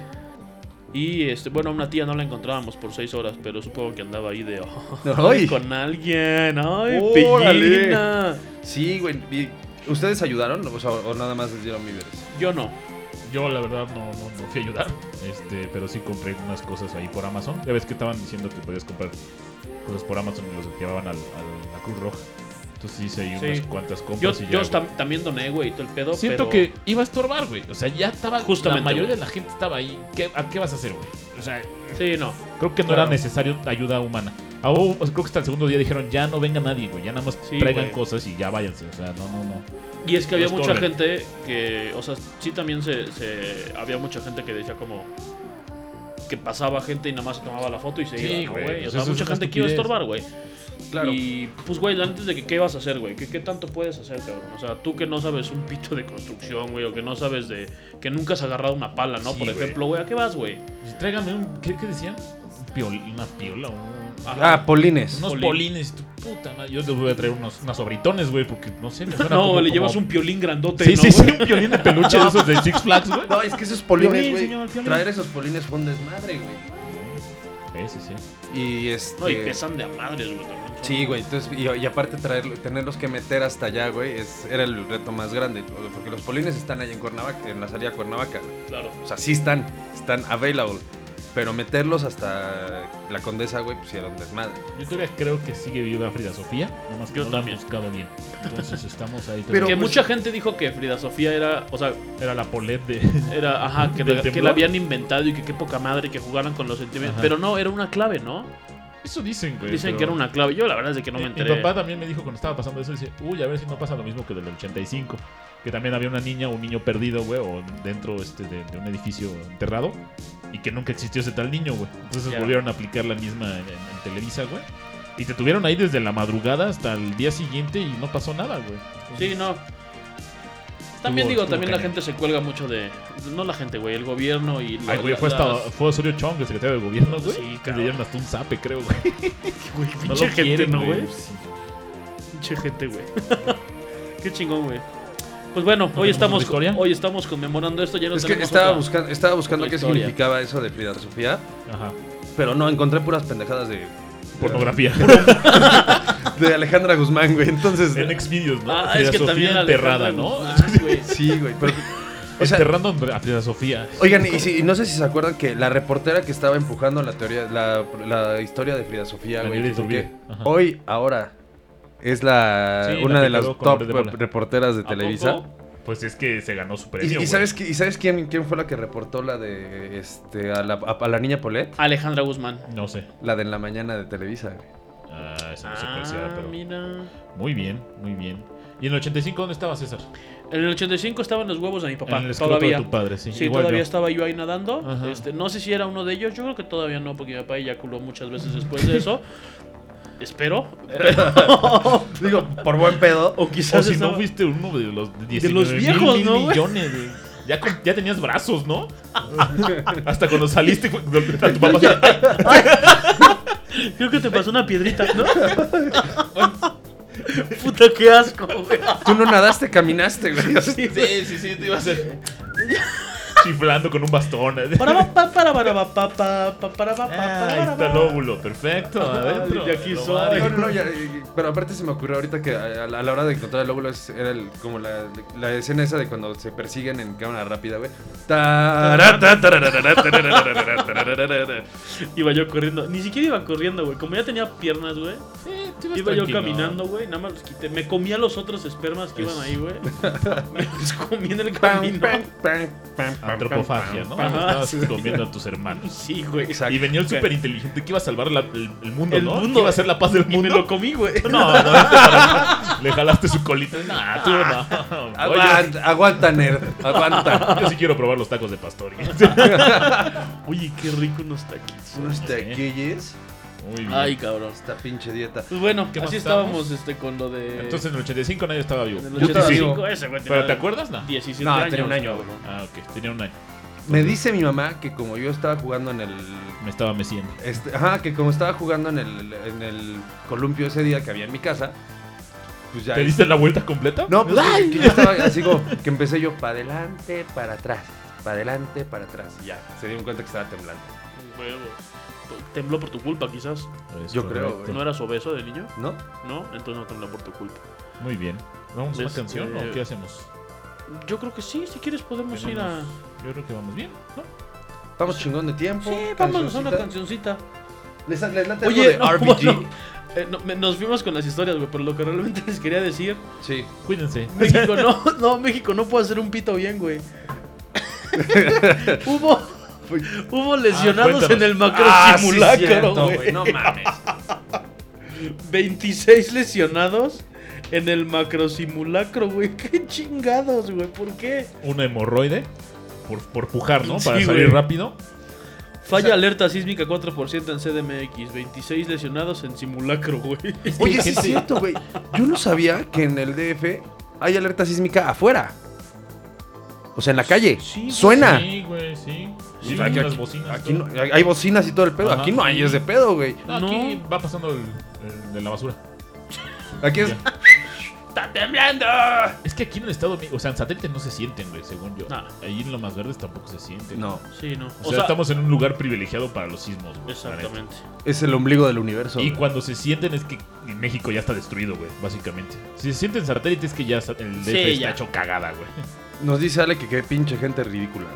Y este, bueno, a una tía no la encontrábamos por seis horas, pero supongo que andaba ahí de [LAUGHS]
¡Ay!
con alguien. ¡Ay,
¡Órale!
pellina!
Sí, güey. y- ¿Ustedes ayudaron? O, sea, o nada más les dieron víveres.
Yo no.
Yo, la verdad, no, no, no fui a ayudar. Este, pero sí compré unas cosas ahí por Amazon. Ya ves que estaban diciendo que podías comprar cosas por Amazon y los llevaban al, al- a la Cruz Roja. Entonces hice ahí
Sí.
unas cuantas
Yo,
compras y ya.
yo
güey.
tam- también doné, güey, y todo el pedo. pero
Siento que iba a estorbar, güey. O sea, ya estaba.
Justamente,
la mayoría
güey.
de la gente estaba ahí. ¿Qué, ¿A qué vas a hacer, güey? O sea,
Sí, no.
creo que no
Claro.
era necesario ayuda humana. Ah, hubo- o sea, creo que hasta el segundo día dijeron, ya no venga nadie, güey. Ya nada más
Sí,
traigan
güey.
cosas y ya váyanse. O sea, no, no, no.
Y es que había
Los
mucha
torres.
gente que. O sea, sí también se, se- Había mucha gente que decía como. Que pasaba gente y nada más se tomaba la foto y se
Sí,
iba, ¿no,
güey,
güey. O
pues
sea,
eso es
mucha
una
gente que iba a
estupidez.
estorbar, güey.
Claro.
Y pues, güey, antes de que qué ibas a hacer, güey, ¿Qué, qué tanto puedes hacer, cabrón. O sea, tú que no sabes un pito de construcción, güey, o que no sabes de. que nunca has agarrado una pala, ¿no?
Sí,
Por
güey.
ejemplo, güey, ¿a qué vas, güey?
Y Tráigame un. ¿Qué, qué decían? Un piol- una piola, un-
Ah, Polines.
Unos
Polín.
polines, tu puta madre. Yo te voy a traer unos, unas sobritones, güey, porque no sé.
[LAUGHS]
Me suena
No,
como-
le
como-
llevas un piolín grandote,
Sí,
¿no,
sí, sí,
güey?
un violín de peluche
[LAUGHS]
de esos de Six Flags, güey.
No, es que esos polines,
Violín,
güey.
señor, violín.
Traer esos polines fue un desmadre, güey.
Sí, sí, sí.
Y este.
No, y pesan de a madres, güey, también. son-
Sí, güey, entonces, y, y aparte traerlo, tenerlos que meter hasta allá, güey, es, era el reto más grande, güey, porque los polines están allá en Cuernavaca, en la salida a Cuernavaca, güey.
Claro.
o sea, sí están, están available, pero meterlos hasta la Condesa, güey, pues sí era un desmadre.
Yo todavía creo que sigue viva Frida Sofía, nada más que
Yo
no la han
también.
buscado bien. Entonces estamos ahí.
Pero-
que
todavía.
pues-
mucha gente dijo que Frida Sofía era. O sea,
era la polet de. [LAUGHS]
era. Ajá, que,
¿Del
la- que
temblor?
la habían inventado y que qué poca madre que jugaran con los sentimientos.
Ajá.
Pero no, era una clave, ¿no?
Eso dicen, güey.
Dicen
pero-
que era una clave. Yo la verdad es que no me
Mi-
enteré.
Mi papá también me dijo cuando estaba pasando eso, dice, uy, a ver si no pasa lo mismo que del 85. Que también había una niña o un niño perdido, güey, o dentro este, de, de un edificio enterrado. Y que nunca existió ese tal niño, güey. Entonces
Ya.
volvieron a aplicar la misma en, en- en Televisa, güey. Y te tuvieron ahí desde la madrugada hasta el día siguiente y no pasó nada, güey.
Sí, no. También
Estuvo-
digo,
estuvo
también la
cañón.
gente se cuelga mucho de. No la gente, güey, el gobierno y. la-
Ay, güey, fue,
la-
hasta,
las-
fue Osorio Chong, el secretario del gobierno, güey.
Sí,
Sí, que
cabrón.
le dieron hasta un zape, creo, güey.
[LAUGHS] Güey,
No
pinche
lo
gente,
quieren,
¿no, güey? Pinche gente, güey. [LAUGHS] Qué chingón, güey. Pues bueno, hoy
tenemos
estamos,
otra historia?
hoy estamos conmemorando esto. Ya no
Es que
tenemos
estaba,
otra.
buscando estaba buscando
otra
qué
historia.
significaba eso de filosofía,
Ajá.
pero no, encontré puras pendejadas de,
[LAUGHS]
Pornografía.
de Alejandra Guzmán, güey. Entonces,
[LAUGHS] en Xvideos, ¿no?
Ah, es que
Filosofía
también.
enterrada,
Alejandra
¿no?
Guzmán,
[LAUGHS]
güey.
sí, güey. pero- o sea,
Enterrando a filosofía.
Oigan, y, si- y no sé si se acuerdan que la reportera que estaba empujando la teoría, la, la historia de Frida Sofía, güey,
Daniela
que-
Iturbide.
que
Ajá.
hoy, ahora, es la
Sí,
una
la
de
que
las
quedó con
top
Verde Bola.
reporteras de Televisa.
poco?
Pues es que se ganó su
¿Y-
premio.
¿Y,
güey.
sabes, qui- y sabes quién, quién fue la que reportó la de este a la, a- a la niña Polet?
Alejandra Guzmán.
No sé.
La de en la mañana de Televisa, güey.
Ah, eso no se apreciaba,
Ah,
pero.
mira.
Muy bien, muy bien. ¿Y en el 85 dónde estaba César?
En el 85 estaban los huevos de mi papá.
en el escroto
todavía.
de tu padre, sí.
Sí,
Igual
todavía
yo.
estaba yo ahí nadando.
Ajá.
Este, no sé si era uno de ellos. Yo creo que todavía no, porque mi papá eyaculó muchas veces después de
[LAUGHS]
eso. Espero.
Digo, por buen pedo.
O
O
quizás
si
estaba-
no fuiste uno de los 19
los viejos,
mil
¿no, güey?
millones, güey. Ya, con- ya tenías brazos, ¿no? Hasta cuando saliste fue- a tu papá se- ¡Ay!
Creo que te pasó una piedrita,
[LAUGHS]
¿no? Puta, qué asco, güey.
Tú no nadaste, caminaste, güey. [LAUGHS]
Sí, sí, sí, te iba a hacer chiflando con un bastón. ¿eh?
Para ba, pa, para para ba, pa, pa, pa, para ba, pa,
Ah,
para
ahí
ba.
está el óvulo, perfecto. Adentro.
de aquí
No
soy.
mames.
No, [LAUGHS] no, no, ya, eh, pero aparte se me ocurrió ahorita que eh, a, a la a la hora de encontrar el óvulo es- era el- como la, la escena esa de cuando se persiguen en cámara rápida, güey. Tarara, tarara, tarara, tarara.
Iba yo corriendo. Ni siquiera iba corriendo, güey. Como ya tenía piernas, güey.
Sí, tú ibas
Iba yo
tranquilo.
caminando, güey. Nada más los quité. Me comía los otros espermas que iban ahí,
[LAUGHS]
güey. Me los comí en el
Pam,
camino.
pam, pam, pam, pam,
Antropofagia, ¿no?
Ajá,
Estabas
sí.
comiendo a tus hermanos.
Sí, güey.
Exacto.
Y venía el súper inteligente que iba a salvar la- el, el mundo,
El
¿no?
mundo.
Que iba a ser la paz del
Y me
mundo.
lo comí, güey.
[LAUGHS] No, no, este para- le jalaste su colita. Nah, tú
Ah.
no. Oye,
Aguanta, aguanta, nerd.
[LAUGHS]
Aguanta.
yo sí quiero probar los tacos
[LAUGHS]
de pastor.
[LAUGHS] Oye, qué rico unos taquitos.
Unos taquillis.
Muy bien.
Ay, cabrón.
Este, Esta pinche dieta.
Pues bueno,
¿Qué
así
más
estábamos este, con lo de.
Entonces en el 85 nadie estaba vivo.
en el
yo estaba
85,
vivo.
ese, güey.
¿Pero
tenía
te acuerdas? No.
17
No,
años.
tenía un año,
cabrón.
Ah, ok. Tenía un año.
Me dice mi mamá que como yo estaba jugando en el.
Me estaba meciendo.
este, ajá, que como estaba jugando en el, en el columpio ese día que había en mi casa, pues ya.
¿Te diste la vuelta completa?
No, pues que, que yo estaba así como que empecé yo para adelante, para atrás, para adelante, para atrás. Y ya, se dieron cuenta que estaba temblando.
Huevos. Tembló por tu culpa, quizás.
Es
yo creo, eh.
correcto.
¿No eras obeso de niño?
¿No?
¿No? Entonces no tembló por tu culpa.
Muy bien. ¿Vamos a una
Este-
canción o qué hacemos?
Yo creo que sí, si quieres podemos ir a.
Yo creo que vamos bien, ¿no?
Estamos chingón de tiempo.
Sí, vámonos a
cancioncita.
una cancioncita.
Les, les late algo
Oye, [LAUGHS]
de
no,
RBG.
Este bueno, eh, no, me- nos fuimos con las historias, güey, pero lo que realmente [LAUGHS] les quería decir.
Sí.
Cuídense.
México no, no, México no puede hacer un pito bien, güey. [LAUGHS] hubo, hubo lesionados
cuéntanos.
en el macro
Ah, sí,
simulacro,
cierto,
güey.
güey, No mames.
26 lesionados en el macro simulacro, güey. [LAUGHS] Qué chingados, güey. ¿Por qué?
Una hemorroide. Por, por pujar, ¿no?
Sí,
Para
güey.
salir rápido.
Falla alerta sísmica 4% en CDMX. 26 lesionados en simulacro, güey. [LAUGHS]
Oye, sí es
Gente-
cierto, güey. Yo no sabía que en el DF hay alerta sísmica afuera. O sea, en la calle.
Sí,
Suena.
Sí, güey, sí.
Sí,
Sí,
aquí-
las bocinas.
Aquí
todo.
no- hay bocinas y todo el pedo.
Ajá.
Aquí no hay ese pedo, güey.
No, aquí
No.
va pasando el, el de la basura.
Aquí es.
Ya.
¡Está temblando!
Es que aquí en el estado, o sea, en satélite no se sienten, güey, según yo.
No.
Ahí en lo más verdes tampoco se sienten.
No,
Sí, no.
O, sea, estamos en un lugar privilegiado para los sismos, güey. la
Exactamente.
es el ombligo del universo.
neta. Y
güey.
cuando se sienten es que México ya está destruido, güey, básicamente. Si se sienten satélite es que ya sa- el DF
Sí,
está
ya.
hecho cagada, güey.
Nos dice Ale que qué pinche gente ridícula.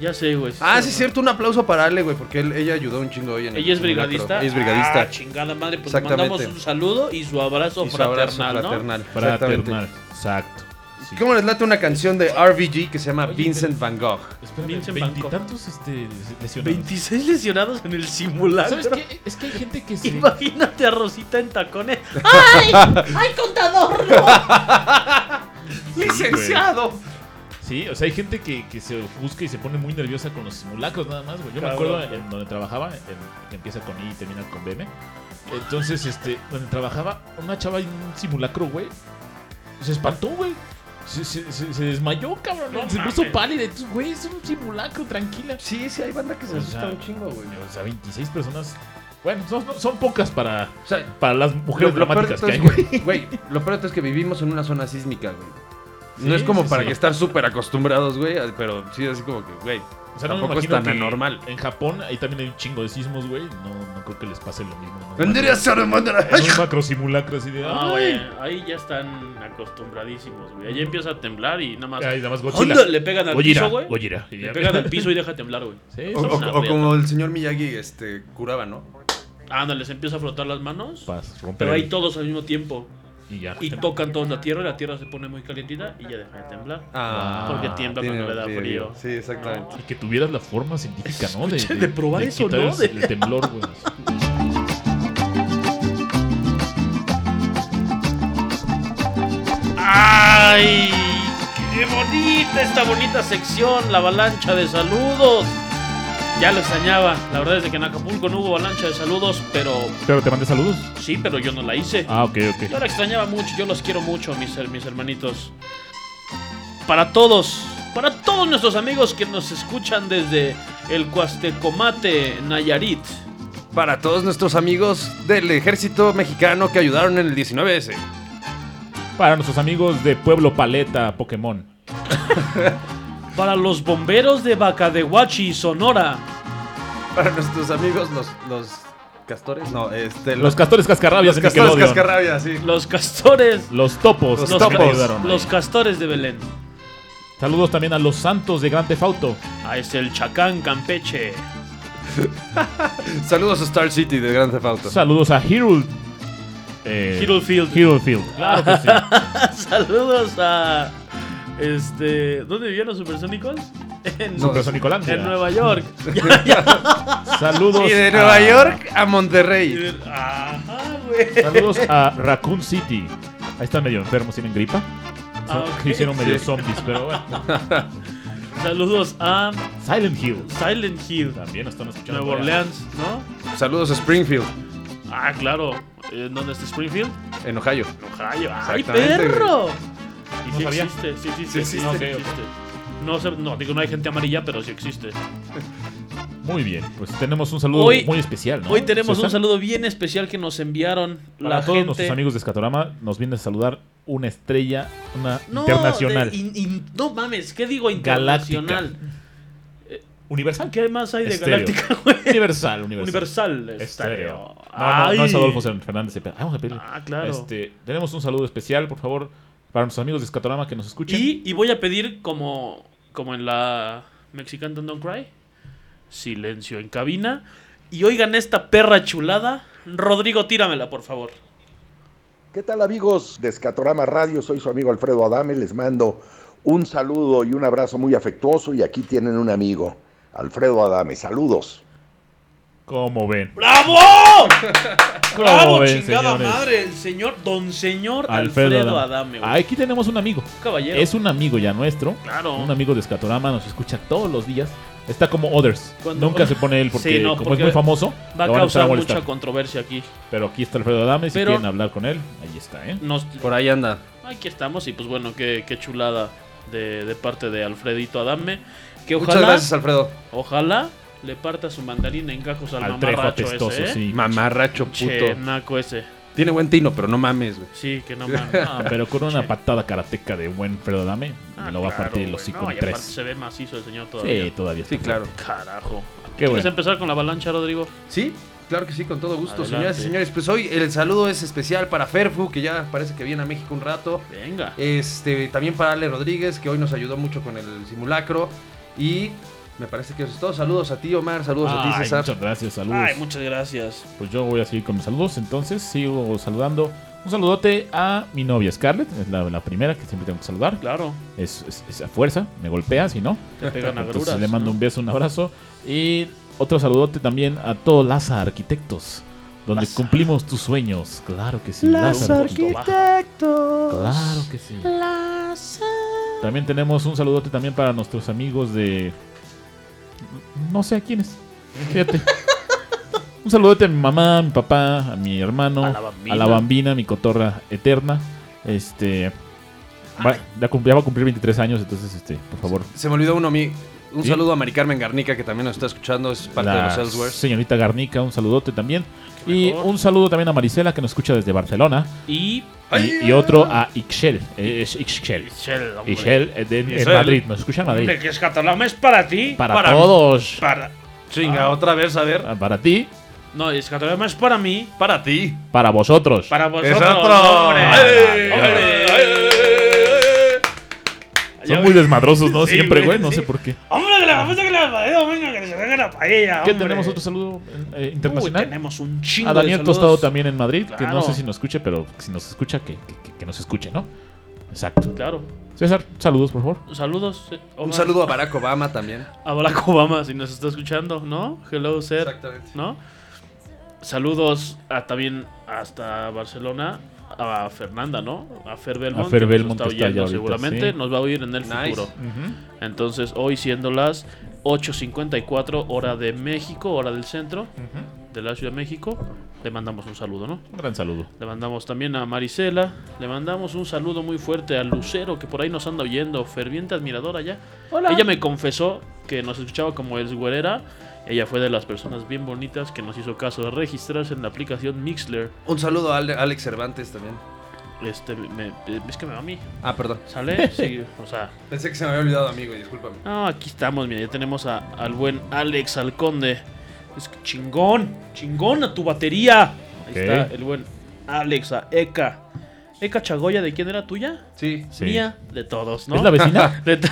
Ya sé, güey.
Ah, sí, es cierto. Un aplauso para Ale, güey, porque él- ella ayudó un chingo hoy en el
Ella es
simulacro.
brigadista.
Ella es brigadista.
Ah, chingada madre, pues le
Exactamente.
mandamos un saludo y su abrazo
y su
fraternal,
abrazo
¿no?
fraternal. Exactamente.
Fraternal. Exacto. Sí.
¿Cómo les late una canción de RBG que se llama
Oye,
Vincent Van Gogh?
Espérame,
Vincent Van Gogh.
veintitantos este, lesionados.
26 lesionados en el simulacro. [LAUGHS]
¿Sabes qué? Es que hay gente
[LAUGHS]
que se...
Imagínate a Rosita en [LAUGHS] tacones.
Sí, güey. Sí, o sea, hay gente que, que se busca y se pone muy nerviosa con los simulacros nada más, güey. Yo
Cabrón.
me acuerdo en donde trabajaba, en- que empieza con I y termina con BM. Entonces, este, donde trabajaba, una chava en un simulacro, güey, se espantó, güey. Se, se- se- se desmayó, cabrón.
No
se puso
mames.
pálida. Entonces, Güey, es un simulacro, tranquila.
Sí, sí, hay banda que se
O
asusta
sea,
un chingo, güey.
O sea, 26 personas. Bueno, son, son- son pocas para,
O sea,
para las mujeres
lo, lo peor de
dramáticas
todo
que
es,
hay, güey.
güey, güey, lo peor de todo es que vivimos en una zona sísmica, güey.
Sí,
no es como
sí,
para
sí.
que estar súper acostumbrados, güey, a- pero sí, así como que, güey,
O sea, no me
tampoco es
imagino
tan
que
anormal.
En Japón, ahí también hay un chingo de sismos, güey. No, no creo que les pase lo mismo. ¿no?
Vendría a ser de manera-
En un macro simulacro así de. "Ah,
No,
¡ay!
Ah, güey, ahí ya están acostumbradísimos, güey. Allá empieza a temblar y nada más.
Ay, nada más Godzilla.
Onda, le pegan al piso, güey.
Gojira. Y
Le
ya.
pegan al piso y deja temblar, güey.
Sí,
O,
son
o-
una
o
mierda.
como el señor Miyagi este, curaba, ¿no?
Ándale, se empieza a frotar las manos.
pas, romper
Pero ahí
el-
todos al mismo tiempo.
Y ya.
Y tocan todos la tierra y la tierra se pone muy calientita y ya deja de temblar.
Ah,
Porque tiembla
tiene-
cuando le da
sí,
frío.
Sí, exactamente.
Y que tuvieras la forma científica, ¿no? De,
de probar eso,
quitar
¿no?
el-
De-
El, temblor, güey. Ah.
¡Ay! ¡Qué bonita esta bonita sección! La avalancha de saludos. Ya lo extrañaba. La verdad es que en Acapulco no hubo avalancha de saludos, pero
Pero te mandé saludos.
sí, pero yo no la hice.
Ah, ok,
Yo
ok.
la extrañaba mucho, yo los quiero mucho, mis, eh, mis hermanitos. Para todos, para todos nuestros amigos que nos escuchan desde el Cuastecomate, Nayarit.
Para todos nuestros amigos del ejército mexicano que ayudaron en el 19S.
Para nuestros amigos de Pueblo Paleta, Pokémon.
Para los bomberos de Bacadehuachi, Sonora.
Para nuestros amigos los, los castores. No, este.
Los castores
los
cascarrabias de
castores
Nickelodeon.
cascarrabias, sí.
Los castores.
Los topos.
Los
que
topos.
te ayudaron ahí.
Los castores de Belén.
Saludos también a los santos de Gran Tefauto.
Ah, es el Chacán Campeche. [LAUGHS]
Saludos a Star City de Grand Theft Auto.
Saludos a Hero. Eh,
Hero Field.
Hero Field. Claro que sí.
Saludos a. Este. ¿Dónde vivían los supersónicos? [LAUGHS] En,
Supersónico Nicolás.
en Nueva York.
Saludos.
Y de
a-
Nueva York a Monterrey.
Ajá, güey.
Saludos a Raccoon City. Ahí están medio enfermos, tienen gripa.
Ah,
Son-
ok.
Se [LAUGHS] hicieron medio zombies, pero bueno.
Saludos a
Silent Hill.
Silent Hill,
También nos están escuchando.
Nueva
por allá.
Orleans, ¿no?
Saludos a Springfield,
Ah, claro. ¿En dónde está Springfield?
en Ohio.
En Ohio. ¡Ay,
Exactamente,
perro! Y
No
sí
sabía.
existe, sí existe,
Sí
sí
existe.
existe.
Ok, ok.
existe. No, sé- no, digo, no hay gente amarilla, pero sí existe.
Muy bien, pues tenemos un saludo
Hoy-
muy especial, ¿no?
Hoy tenemos
César,
un saludo bien especial que nos enviaron
Para
la
todos
gente.
nuestros amigos de Escatorama, nos viene a saludar una estrella, una
No,
internacional.
de- in- in- no mames, ¿qué digo internacional? Eh,
Universal.
¿Qué más hay de
Estéreo.
Galáctica, [LAUGHS] güey?
Universal, universal.
Universal
Estéreo.
Estéreo.
No, no, no es
Este, Ay.
Adolfo Fernández de Pe- Ah, Vamos a pedirle.
Ah, claro.
Este, tenemos un saludo especial, por favor, para nuestros amigos de Escatorama que nos escuchen.
Y, y voy a pedir como, como en la Mexican Don't, Don't Cry, silencio en cabina. Y oigan esta perra chulada. Rodrigo, tíramela, por favor.
¿Qué tal amigos de Escatorama Radio? Soy su amigo Alfredo Adame, les mando un saludo y un abrazo muy afectuoso y aquí tienen un amigo, Alfredo Adame, saludos.
¿Cómo ven?
¡Bravo!
[LAUGHS] ¿Cómo
¡Bravo,
ven,
chingada
eh, señores?
madre! El señor, don señor Alfredo, Adame. güey.
Aquí tenemos un amigo.
caballero.
Es un amigo ya nuestro.
Claro.
Un amigo de Escatorama, nos escucha todos los días. Está como Others.
Cuando- [LAUGHS]
Nunca se pone él porque,
Sí, no,
como
porque
es muy famoso,
Va a
lo van empezar
causar
molestar.
mucha controversia aquí.
Pero aquí está Alfredo Adame, si
Pero-
quieren hablar con él, ahí está, ¿eh?
Nos,
Por ahí anda.
aquí estamos y pues bueno, qué, qué chulada de, de parte de Alfredito Adame. Que
Muchas
ojalá,
gracias, Alfredo.
ojalá le parta su mandarina en cajos al,
Al trejo
mamarracho
apestoso,
ese, ¿eh?
sí.
Mamarracho puto.
Che, naco ese.
Tiene buen tino, pero no mames, güey.
Sí, que no
[LAUGHS]
mames.
Ah, pero con una patada karateca de buen Alfredo Adame, me lo va a partir el
los
hocico
Ah, no, y
en
aparte
tres.
Se ve macizo el señor todavía.
Sí, todavía está.
Sí, claro.
Carajo.
Qué
¿Quieres
bueno.
empezar con la avalancha, Rodrigo?
Sí, claro que sí, con todo gusto,
Adelante.
señoras y señores. Pues hoy el saludo es especial para Ferfu, que ya parece que viene a México un rato.
Venga.
Eh,
Este, también para Ale Rodríguez, que hoy nos ayudó mucho con el simulacro. Y me parece que eso es todo. Saludos a ti, Omar. Saludos a ti,
Ay,
César.
muchas gracias, saludos.
Ay, muchas gracias.
Pues yo voy a seguir con mis saludos, entonces sigo saludando. Un saludote a mi novia Scarlett, es la, la primera que siempre tengo que saludar.
Claro,
Es, es- es a fuerza, me golpea, si no.
te pegan
[LAUGHS] Entonces
agruras.
le mando
¿no?
un beso, un abrazo. Y otro saludote también a todos Laza Arquitectos, donde
Laza.
cumplimos tus sueños. Claro que sí. Laza Claro que sí. También tenemos un saludote también para nuestros amigos de... No sé a quiénes. Fíjate. un saludote a mi mamá, a mi papá, a mi hermano,
A la Bambina.
a la bambina mi cotorra eterna. Este... Va- ya, cum- ya va a cumplir 23 años, entonces, este, por favor.
Se me olvidó uno a mí. Un
¿Sí?
saludo a Mari Carmen Garnica, que también nos está escuchando, es parte de
La
los Elsewhere.
Señorita Garnica, un saludote también. Y
mejor.
un saludo también a Marisela, que nos escucha desde Barcelona.
Y.
Y, y otro a Ixchel. eh, es Ixchel.
Michel, hombre.
Ixchel eh, de- en,
Ixchel.
Madrid. Nos escucha en Madrid.
Hombre, que es catalán, es para ti.
Para,
mí,
todos.
Para.
Chinga, otra vez, a ver.
Para, ti.
No, es catalán, es para mí.
Para ti. Pues
Para vosotros.
Para vosotros.
otro.
Hombre.
Ay,
Hombre.
Son muy desmadrosos, ¿no? Siempre, güey. No sé por qué.
Hombre, que la cabeza que la paella, venga, que se venga la paella.
¿Qué
hombre.
tenemos otro saludo eh,
Uy,
internacional?
tenemos un chingo
a Daniel
de saludos.
Tostado también en Madrid, que
Claro.
no sé si nos escuche, pero si nos escucha, que, que- que- que nos escuche, ¿no? Exacto.
Claro.
César, saludos, por favor.
Saludos. eh,
Un
Omar.
saludo a Barack Obama también.
A Barack Obama, si nos está escuchando, ¿no? Hello, sir.
Exactamente.
¿no? Saludos a, también hasta Barcelona a Fernanda, ¿no? A Fer Belmont.
Fer
que nos
Belmont está
está oyendo
allá ahorita,
seguramente.
sí.
Nos va a oír en el
Nice.
futuro. Entonces, hoy siendo las 8.54 hora de México, hora del centro de la Ciudad de México, le mandamos un saludo, ¿no?
Un gran saludo.
Le mandamos también a Marisela, le mandamos un saludo muy fuerte a Lucero, que por ahí nos anda oyendo, ferviente admiradora ya. Ella me confesó que nos escuchaba como el güerera. Ella fue de las personas bien bonitas que nos hizo caso de registrarse en la aplicación Mixler.
Un saludo a Ale- Alex Cervantes también.
Este, me- es que me va a mí.
Ah, perdón.
¿Sale? Sí, o sea.
Pensé que se me había olvidado, amigo, y discúlpame.
No, aquí estamos, mira, ya tenemos a- al buen Alex Alconde. Es que chingón, chingón a tu batería. Ahí
Ok.
está el buen Alex, a Eka. Eka Chagoya, ¿de quién era tuya?
Sí.
Sí.
Mía, de todos, ¿no?
¿Es
[LAUGHS]
la vecina?
De to-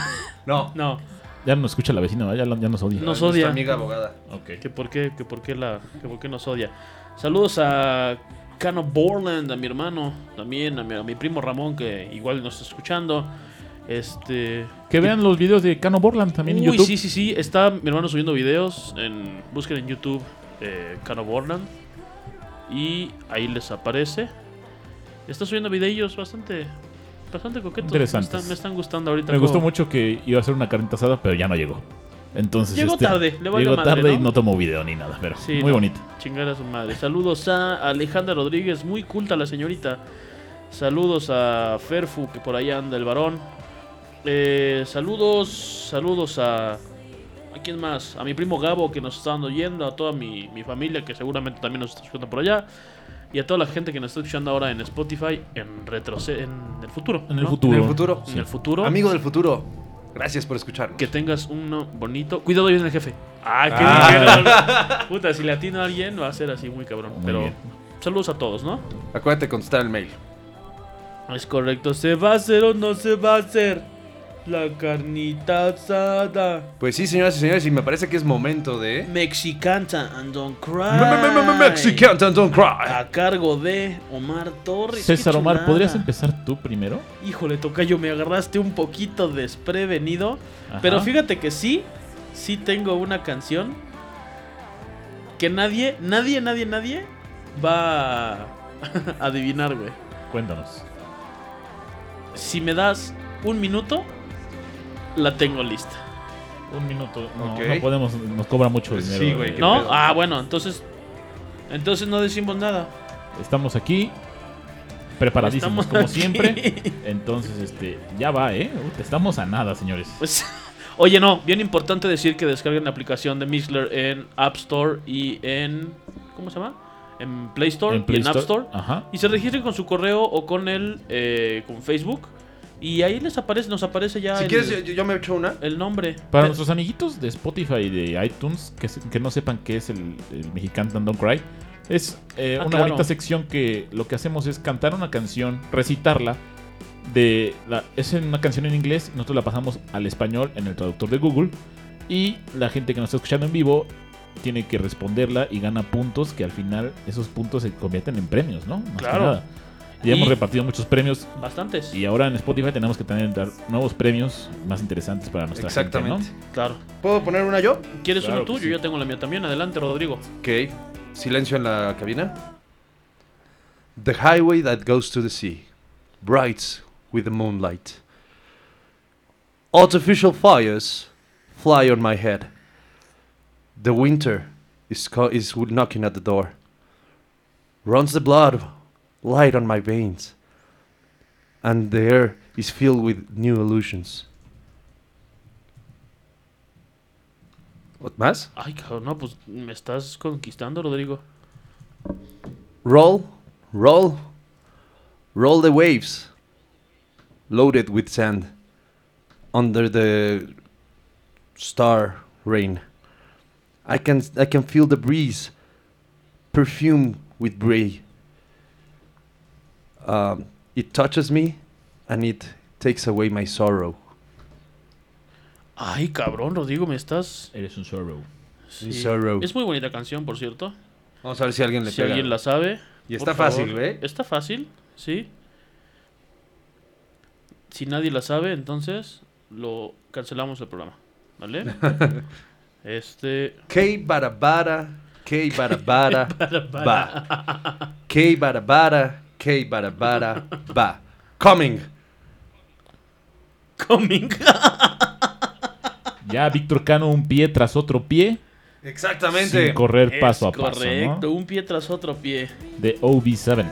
No.
no,
ya no escucha la vecina, ¿verdad? ya, la- ya nos odia.
No. Nos
Nuestra
odia.
amiga abogada.
Ok.
que por qué, que por qué la, que por qué nos odia. Saludos a Cano Borland, a mi hermano, también a mi, a mi primo Ramón, que igual nos está escuchando. Este,
Que vean los videos de Cano Borland también en
Uy,
YouTube.
sí, sí, sí. Está mi hermano subiendo videos. En, busquen en YouTube eh, Cano Borland. Y ahí les aparece. Está subiendo videos bastante, bastante coquetos.
Interesantes.
Me están, me están gustando ahorita.
Me gustó
como-
mucho que iba a hacer una carnita asada, pero ya no llegó. Entonces, este,
Llegó tarde, le valió
llegó
madre,
tarde y
¿no?
no tomó video ni nada, pero
Sí,
muy
no.
bonito.
Chingar a su madre. Saludos a Alejandra Rodríguez, muy culta la señorita. Saludos a Ferfu, que por ahí anda el varón. Eh, saludos, saludos a. ¿A quién más? A mi primo Gabo, que nos está dando yendo, a toda mi, mi familia, que seguramente también nos está escuchando por allá. Y a toda la gente que nos está escuchando ahora en Spotify, en retroce en el futuro.
En el
¿no?
futuro.
En el futuro.
En el futuro.
Amigo del futuro, gracias por escucharnos.
Que tengas uno bonito. Cuidado, ahí viene el jefe. Ah, qué bien. Puta, si le atino a alguien va a ser así muy cabrón.
Muy
pero
bien.
saludos a todos, ¿no?
Acuérdate de contestar el mail.
Es correcto. ¿Se va a hacer o no se va a hacer? La carnita asada.
Pues sí, señoras y señores, y me parece que es momento de.
Mexicanta and don't cry.
Mexican Don't Cry.
A cargo de Omar Torres. Qué
César Omar,
chulada.
¿podrías empezar tú primero?
Híjole, tocayo, me agarraste un poquito desprevenido.
Ajá.
Pero fíjate que sí, sí tengo una canción que nadie, nadie, nadie, nadie va a [LAUGHS] adivinar, güey.
Cuéntanos.
Si me das un minuto, la tengo lista.
Un minuto. No,
Ok.
no podemos, nos cobra mucho
Pues
dinero.
sí, güey,
eh,
¿Qué
¿No?
pedo?
Ah, bueno, entonces. Entonces no decimos nada.
Estamos aquí,
Estamos
preparadísimos como
aquí.
siempre. Entonces, este, ya va, ¿eh? Uy, estamos a nada, señores.
Pues, [LAUGHS] oye, no, bien importante decir que descarguen la aplicación de Mixler en App Store y en. ¿Cómo se llama? En Play Store
En Play
y en App Store.
Ajá.
Y se registren con su correo o con el eh, con Facebook. Y ahí les aparece, nos aparece ya
Si
el,
quieres, yo, yo me echo una.
el nombre.
Para
Eh,
nuestros amiguitos de Spotify y de iTunes que, se- que no sepan qué es el, el Mexican Don't Cry, es eh,
Ah,
una
claro.
bonita sección que lo que hacemos es cantar una canción, recitarla. De la- es una canción en inglés, nosotros la pasamos al español en el traductor de Google. Y la gente que nos está escuchando en vivo tiene que responderla y gana puntos que al final esos puntos se convierten en premios, ¿no? Más que
Claro.
nada. Ya hemos
Y-
repartido muchos premios
Bastantes.
y ahora en Spotify tenemos que también dar nuevos premios más interesantes para nuestra gente, ¿no?
Exactamente.
Claro.
¿Puedo poner una yo?
¿Quieres
Claro
uno
que
tú?
sí.
Yo ya tengo la mía también. Adelante, Rodrigo.
Ok. Silencio en la cabina. The highway that goes to the sea brights with the moonlight. Artificial fires fly on my head. The winter is, co- is knocking at the door. Runs the blood, light on my veins. and the air is filled with new illusions. ¿Más?
Ay, cabrón, no, pues me estás conquistando, Rodrigo.
Roll, roll, roll the waves, loaded with sand, under the star rain. I can I can feel the breeze, perfumed with bray. Um, it touches me, and it takes away my sorrow.
Ay, cabrón, Rodrigo, me estás.
Eres un sorrow.
Sí.
sorrow.
Es muy bonita canción, por cierto.
Vamos a ver si alguien le
si
pega.
alguien la sabe.
y
por
está
favor.
fácil, ¿ve?
Está fácil, sí. Si nadie la sabe, entonces lo cancelamos el programa,
[LAUGHS]
¿vale? este,
K barabara, K
[LAUGHS]
barabara, ba. K barabara, K barabara, ba. Coming.
coming.
Ya Víctor Cano un pie tras otro pie.
Exactamente.
Sin correr
Es
paso a paso.
correcto,
¿no?
un pie tras otro pie.
De OB7.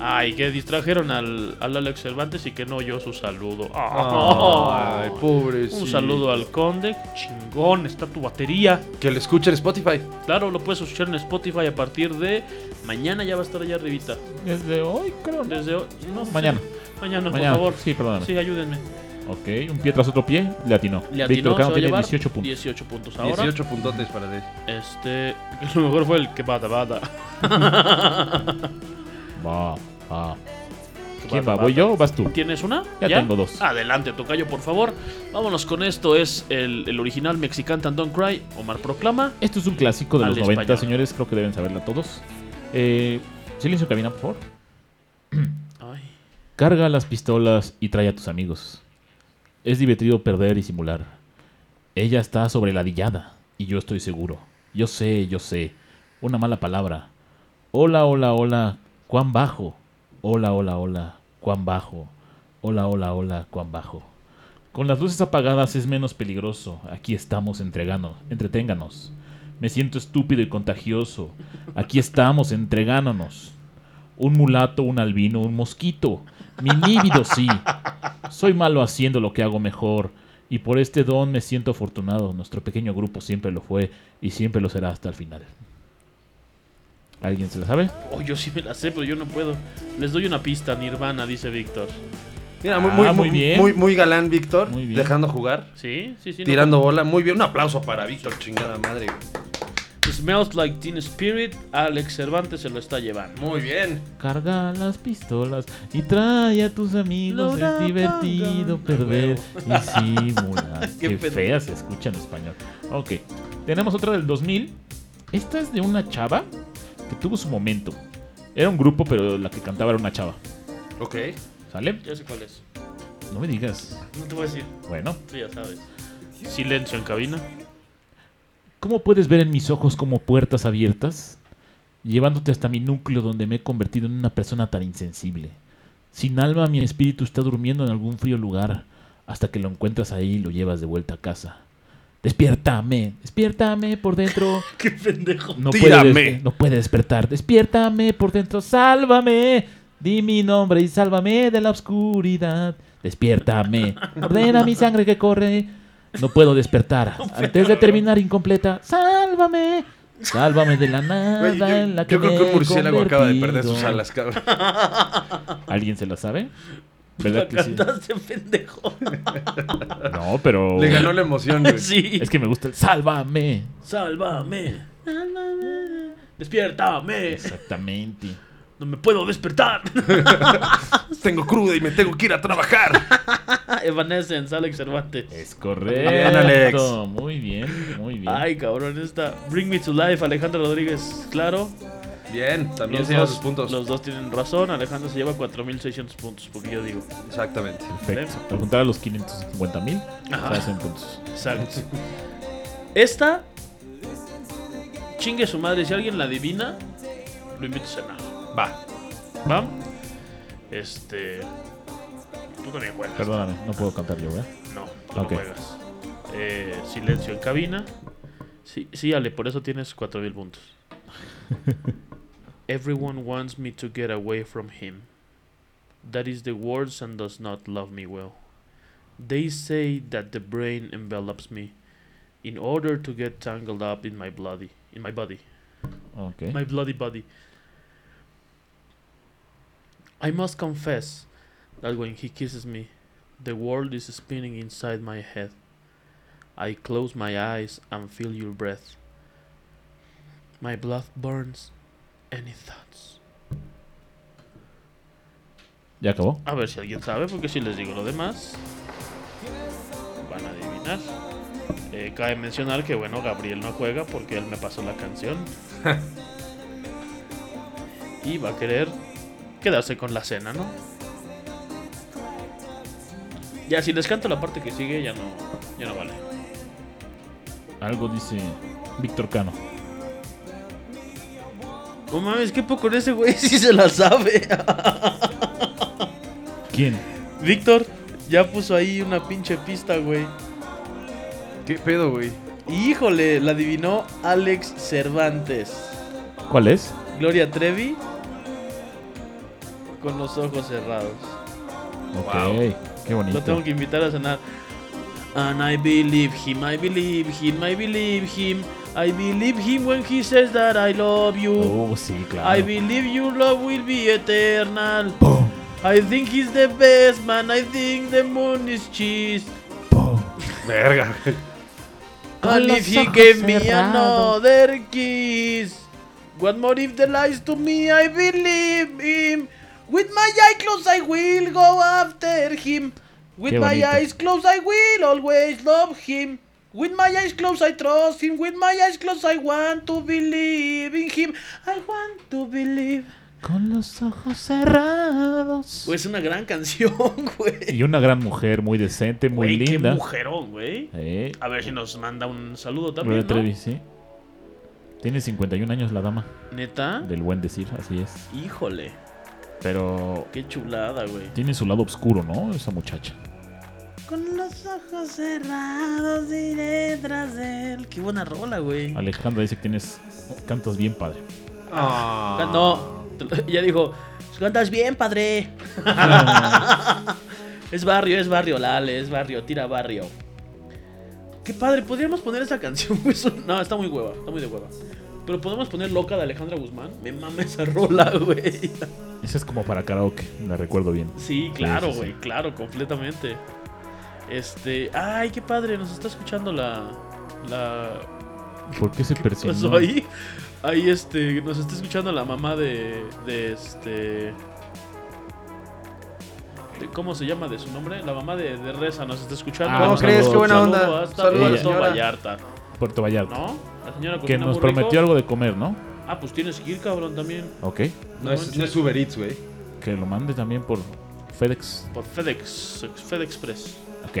Ay, que distrajeron al, al Alex Cervantes y que no oyó su saludo.
Oh.
Ah.
Ay, pobrecito.
un saludo al Conde. Chingón, está tu batería.
Que lo escuche en Spotify.
Claro, lo puedes escuchar en Spotify a partir de mañana. Ya va a estar allá arribita.
Desde hoy, creo. ¿no?
Desde hoy. no sé.
Mañana.
Mañana,
Mañana.
por favor.
Sí, perdóname.
Sí, ayúdenme.
Ok, un pie tras otro pie. Le atinó.
Le atinó, se
Víctor
va
Cano
a
tiene
llevar
18 puntos.
18 puntos ahora.
18 puntotes para ti.
Este, [LAUGHS] lo mejor fue el que bada bada.
Va, va. ¿Quién
bata,
va? ¿Voy yo o vas tú?
¿Tienes una?
Ya tengo dos.
Adelante, tocayo, por favor. Vámonos con esto. Es el, el original Mexican Tan Don't Cry. Omar Proclama.
Esto es un clásico de
Al
los 90,
español.
señores. Creo que deben saberla todos. Eh, silencio en cabina, por favor.
Ay.
Carga las pistolas y trae a tus amigos. Es divertido perder y simular. Ella está sobreladillada y yo estoy seguro. Yo sé, yo sé. Una mala palabra. Hola, hola, hola, cuán bajo. Hola, hola, hola, cuán bajo. Hola, hola, hola, cuán bajo. Con las luces apagadas es menos peligroso. Aquí estamos, entregano, entreténganos. Me siento estúpido y contagioso. Aquí estamos, entregándonos. Un mulato, un albino, un mosquito. Mi líbido sí. Soy malo haciendo lo que hago mejor. Y por este don me siento afortunado. Nuestro pequeño grupo siempre lo fue y siempre lo será hasta el final. ¿Alguien se la sabe?
Oh, yo sí me la sé, pero yo no puedo. Les doy una pista, Nirvana, dice Víctor.
Mira, muy,
Ah,
muy,
muy
muy,
bien.
muy, muy galán, Víctor.
Muy bien.
Dejando jugar.
Sí, sí, sí. no-
Tirando bola. Muy bien. Un aplauso para Víctor, chingada madre.
Smells Like Teen Spirit. Alex Cervantes se lo está llevando.
Muy bien.
Carga las pistolas y trae a tus amigos.
Lola,
es divertido
paga.
perder y simular.
Qué
Qué,
pedo.
fea se escucha en español. Ok, tenemos otra del 2000. Esta es de una chava que tuvo su momento. Era un grupo, pero la que cantaba era una chava.
Ok.
¿Sale?
Ya sé cuál es.
No me digas.
No te voy a decir.
Bueno,
Tú ya sabes. Silencio en cabina.
¿cómo puedes ver en mis ojos como puertas abiertas? Llevándote hasta mi núcleo donde me he convertido en una persona tan insensible. Sin alma mi espíritu está durmiendo en algún frío lugar hasta que lo encuentras ahí y lo llevas de vuelta a casa. Despiértame, despiértame por dentro.
[LAUGHS] Qué pendejo.
No puede, des-
Tírame.
no puede despertar. Despiértame por dentro, sálvame. Di mi nombre y sálvame de la oscuridad. Despiértame. Ordena mi sangre que corre. No
[LAUGHS]
puedo despertar. Antes de terminar incompleta, sálvame. Sálvame de la nada
Güey, yo
en la que
yo creo
me
que un
he
murciélago acaba de perder
convertido.
sus alas, cabrón.
¿Alguien se la sabe?
La
¿Verdad
[LAUGHS]
que sí?
cantaste, pendejo.
No, pero.
Le ganó la emoción, güey.
sí.
Es que me gusta el sálvame.
Sálvame. Sálvame. Despiértame.
Exactamente.
No me puedo despertar. [LAUGHS]
Tengo cruda y me tengo que ir a trabajar.
Evanescence, Alex Cervantes.
Es correcto.
Bien, Alex.
Muy bien, muy Eh, bien.
Ay, cabrón, esta. Bring Me to Life, Alejandro Rodríguez. Claro.
Bien, también
Los
se lleva
dos-
sus puntos.
Los dos tienen razón. Alejandro se lleva 4.600 puntos, porque yo digo.
Exactamente.
Perfecto. Al juntar a los 550 mil, se
Ajá.
hacen puntos.
Exacto. Esta. Chingue su madre. Si alguien la adivina, lo invito a cenar.
Va.
¿Va? Este. Tú también juegas.
Perdóname, no puedo cantar yo, ¿verdad?
No, tú
Ok.
no juegas. Eh, silencio en cabina. Sí, sí, Ale, por eso tienes 4000 puntos. Everyone wants me to get away from him. that is the words and does not love me well. They say that the brain envelops me in order to get tangled up in my bloody in my body.
Ok.
My bloody body. I must confess that when he kisses me, the world is spinning inside my head. I close my eyes and feel your breath. My blood burns. Any thoughts?
¿Ya acabó?
A ver si alguien sabe, porque si les digo lo demás, van a adivinar. Eh, cabe mencionar que, bueno, Gabriel no juega porque él me pasó la
[LAUGHS]
canción. y va a querer quedarse con la cena, ¿no? Ya, si les canto la parte que sigue, ya no, ya no vale.
Algo dice Víctor Cano.
No mames, qué poco en ese güey [LAUGHS] si se la sabe.
¿Quién?
Víctor ya puso ahí una pinche pista, güey.
¿Qué pedo, güey?
Híjole, la adivinó Alex Cervantes.
¿Cuál es?
Gloria Trevi con los ojos cerrados.
Ok. Qué bonito.
Lo tengo que invitar a cenar. And I believe him, I believe him, I believe him. I believe him when he says that I love you.
Oh, sí, claro.
I believe your love will be eternal. I think he's the best man, I think the moon is cheese.
Verga.
And if he gave me another kiss. What more if the lies to me? I believe him. With my eyes closed, I will go after him. With
Qué
my
bonito.
eyes closed, I will always love him. With my eyes closed, I trust him. With my eyes closed, I want to believe in him. I want to believe.
Con los ojos cerrados.
Pues una gran canción, [LAUGHS] güey.
Y una gran mujer, muy decente, muy
Güey, Qué
linda.
mujerón, güey.
Eh,
A ver si nos manda un saludo también.
Gloria Trevi,
¿no?
sí. Tiene 51 años la dama,
Neta.
del buen decir, así es.
Híjole.
Pero
Qué chulada, güey.
tiene su lado oscuro, ¿no? Esa muchacha.
Con los ojos cerrados iré tras él. Qué buena rola, güey.
Alejandra dice que tienes cantas bien padre. Ah.
No, te lo- ya dijo, "Pues cantas bien,
[LAUGHS]
padre. es barrio, es barrio, Lale, es barrio, tira barrio. Qué padre, podríamos poner esa canción, güey. Eso- No, está muy hueva, está muy de hueva. Pero podemos poner loca de Alejandra Guzmán. Me mama esa rola, güey.
Esa es como para karaoke, la recuerdo bien.
Sí, claro,
sí, sí.
güey, claro, completamente. Este, ay, qué padre, nos está escuchando la la
¿Por qué se persignó?
pasó ahí. Ahí este, nos está escuchando la mamá de, de este. de- ¿Cómo se llama de su nombre? La mamá de, de Reza nos está escuchando.
Ah, ¿Cómo
Un
crees?
saludo,
Qué
buena
un saludo
onda.
Hasta
Saludo
a la
Puerto
señora.
Vallarta,
Puerto Vallarta.
¿no? pues La señora
Que
cocina
nos
muy rico.
prometió algo de comer, ¿no?
Ah, pues tienes que ir, cabrón, también.
Ok.
No es, no es Uber Eats, güey.
Que lo mande también por FedEx.
Por FedEx, FedExpress.
Ok.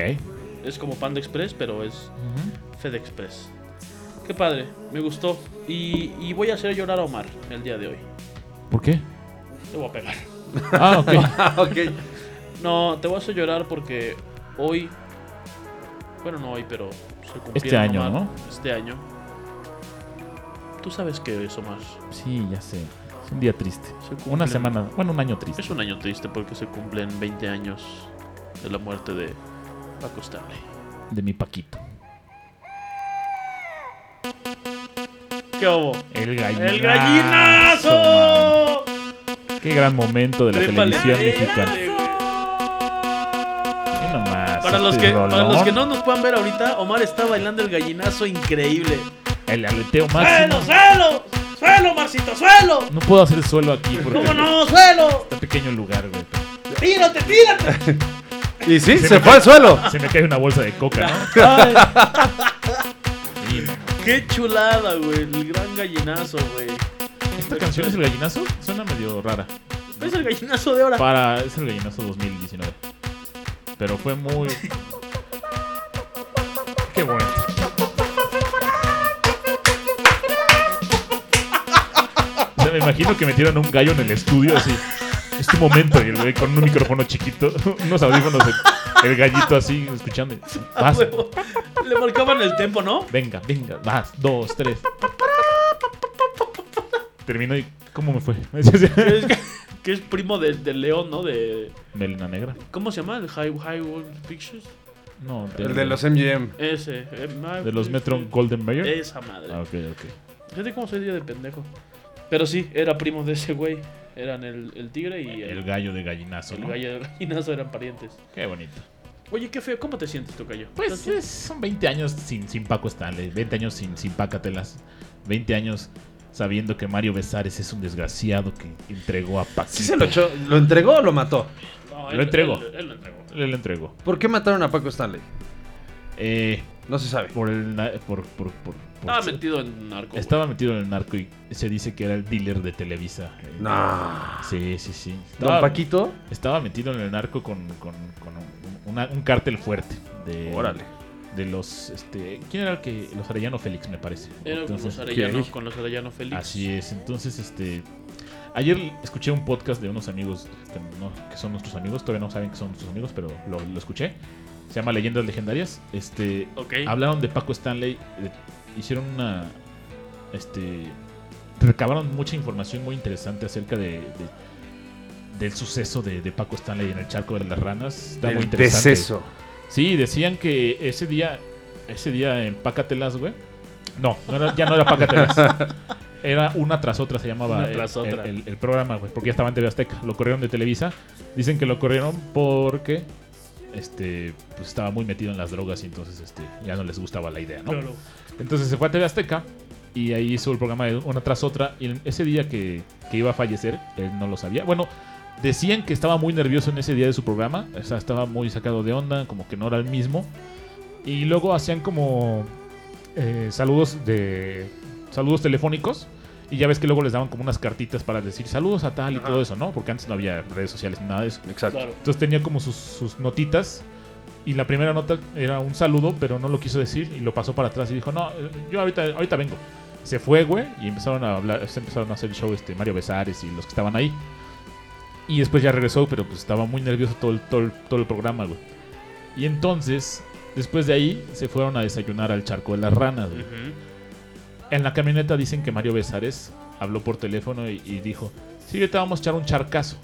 Es como Panda Express, pero es FedExpress. Qué padre, me gustó. Y, y voy a hacer llorar a Omar el día de hoy.
¿Por qué?
Te voy a pegar.
Ah,
[LAUGHS]
ok.
[LAUGHS] Ah, ok.
No, te voy a hacer llorar porque hoy. Bueno, no hoy, pero se cumplieron,
Este año,
Omar,
¿no?
Este año. Tú sabes que es, Omar.
Sí, ya sé. Es un día triste.
Se cumplen-
Una semana, bueno, un año triste.
Es un año triste porque se cumplen 20 años de la muerte de Paco Stanley.
De mi Paquito.
¿Qué hubo?
El gallinazo.
¡El gallinazo!
Qué gran momento de la
Trépale,
televisión
trépale,
mexicana.
güey.
Mira nomás,
Para los,
este
que, para
rolón.
los que no nos puedan ver ahorita, Omar está bailando el gallinazo increíble.
El aleteo máximo.
suelo! ¡Suelo, Marcito, suelo!
No puedo hacer suelo aquí porque
suelo!
está pequeño el lugar, güey.
¡Tírate, tírate!
Y sí, se fue al suelo.
Se me cae una bolsa de coca, ¿no? Sí.
[LAUGHS] ¡Qué chulada, güey! El gran gallinazo, güey.
¿Esta canción es el gallinazo? Suena medio rara.
Es el gallinazo de ahora.
Para. Es el gallinazo 2019. Pero fue muy. Qué bueno. [LAUGHS] O sea, me imagino que metieron a un gallo en el estudio así. Es tu momento, y el güey con un micrófono chiquito, [LAUGHS] unos audífonos, el, el gallito así, escuchando.
A
Vas,
huevo. Le marcaban el tempo, ¿no?
venga, venga, vas, dos, tres. Terminó y. ¿Cómo me fue? [LAUGHS]
Es que,
que es primo del del León, ¿no? De,
Melina Negra.
¿Cómo se llama? ¿El High, High World Pictures?
No,
El de los MGM.
Ese. eh, ma-
de los Metro Golden Mayer.
Esa madre.
Ah, ok, ok.
Fíjate cómo soy día de pendejo. Pero sí, era primo de ese güey. Eran el, el tigre y el,
El gallo de gallinazo.
el
¿no?
gallo de gallinazo eran parientes.
Qué bonito.
Oye, qué feo. ¿Cómo te sientes, Tocayo?
Pues
¿Estás bien?
es- son 20 años sin, sin Paco Stanley, 20 años sin, sin Pacatelas, 20 años sabiendo que Mario Besares es un desgraciado que entregó a Paco.
¿Sí se lo echó? ¿Lo entregó o lo mató?
No,
lo Pues, entregó.
Él, él lo entregó.
Le le entregó.
¿Por qué mataron a Paco Stanley?
Eh,
No se sabe.
por el. na- Por, por, por- por-
Estaba metido en narco. güey.
Estaba metido en el narco y se dice que era el dealer de Televisa. Eh,
No.
Sí, sí, sí.
Don
Estaba,
Paquito.
estaba metido en el narco con, con, con un, una- un cártel fuerte. De,
Órale.
De los. Este, ¿Quién era el que.? Los Arellano Félix, me parece.
Era con los
Entonces-
Arellano,
¿qué?
con los Arellano Félix.
Así es, entonces este ayer escuché un podcast de unos amigos que, no- que son nuestros amigos, todavía no saben que son nuestros amigos, pero lo, lo escuché. Se llama Leyendas Legendarias. Este
Ok.
hablaron de Paco Stanley, eh, hicieron una este recabaron mucha información muy interesante acerca de, de- del suceso de, de Paco Stanley en el charco de las ranas. Está muy
El
interesante.
deceso.
Sí, decían que ese día, ese día en Pácatelas, güey. No, no era- ya no
[LAUGHS]
era Pácatelas. Era una tras otra, se llamaba
Una
el-
tras
el,
otra.
el- el programa, güey, porque ya estaba en TV Azteca. Lo corrieron de Televisa. Dicen que lo corrieron porque este, pues estaba muy metido en las drogas y entonces este, ya no les gustaba la idea, ¿no?
Claro.
Entonces se fue a TV Azteca y ahí hizo el programa de una tras otra. Y en ese día que, que iba a fallecer, él no lo sabía. Bueno, decían que estaba muy nervioso en ese día de su programa. O sea, estaba muy sacado de onda, como que no era el mismo. Y luego hacían como eh, saludos de saludos telefónicos. Y ya ves que luego les daban como unas cartitas para decir saludos a tal y todo eso, ¿no? Porque antes no había redes sociales ni nada de eso.
Exacto.
Claro.
Entonces tenía como sus, sus notitas. Y la primera nota era un saludo, pero no lo quiso decir y lo pasó para atrás y dijo, no, eh, yo ahorita, ahorita vengo. Se fue, güey, y empezaron a hablar, se empezaron a hacer el show este, Mario Besares y los que estaban ahí. Y después ya regresó, pero pues estaba muy nervioso todo el, todo el, todo el programa, güey. Y entonces, después de ahí, se fueron a desayunar al charco de las ranas, güey.
Ujú.
En la camioneta dicen que Mario Besares habló por teléfono y, y dijo, sí, ahorita vamos a echar un charcazo.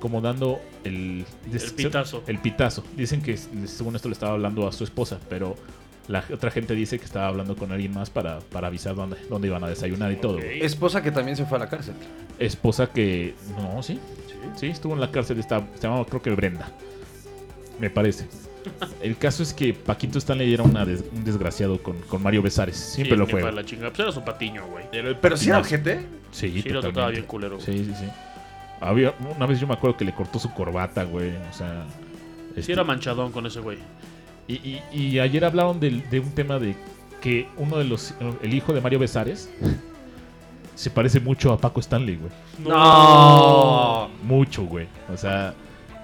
Como dando el...
El pitazo.
El pitazo. Dicen que según esto le estaba hablando a su esposa, pero la otra gente dice que estaba hablando con alguien más para, para avisar dónde, dónde iban a desayunar y todo. güey.
Esposa que también se fue a la cárcel.
Esposa que... No, sí. Sí, estuvo en la cárcel. Está, se llamaba creo que Brenda. Me
[LAUGHS]
parece. El caso es que Paquito Stanley era una des- un desgraciado con, con Mario Besares. Siempre
Sí,
lo
ni
fue.
para la chingada. Pues era su patiño, güey.
Pero si era ojete.
Sí,
Sí, lo trataba
totalmente.
bien culero. güey.
Sí, sí, sí. Había, una vez yo me acuerdo que le cortó su corbata, güey. O sea.
Sí,
este,
era manchadón con ese güey.
y, y- y ayer hablaron del- de, un tema de que uno de los. El hijo de Mario Besares. se parece mucho a Paco Stanley, güey.
No.
Mucho, güey. O sea,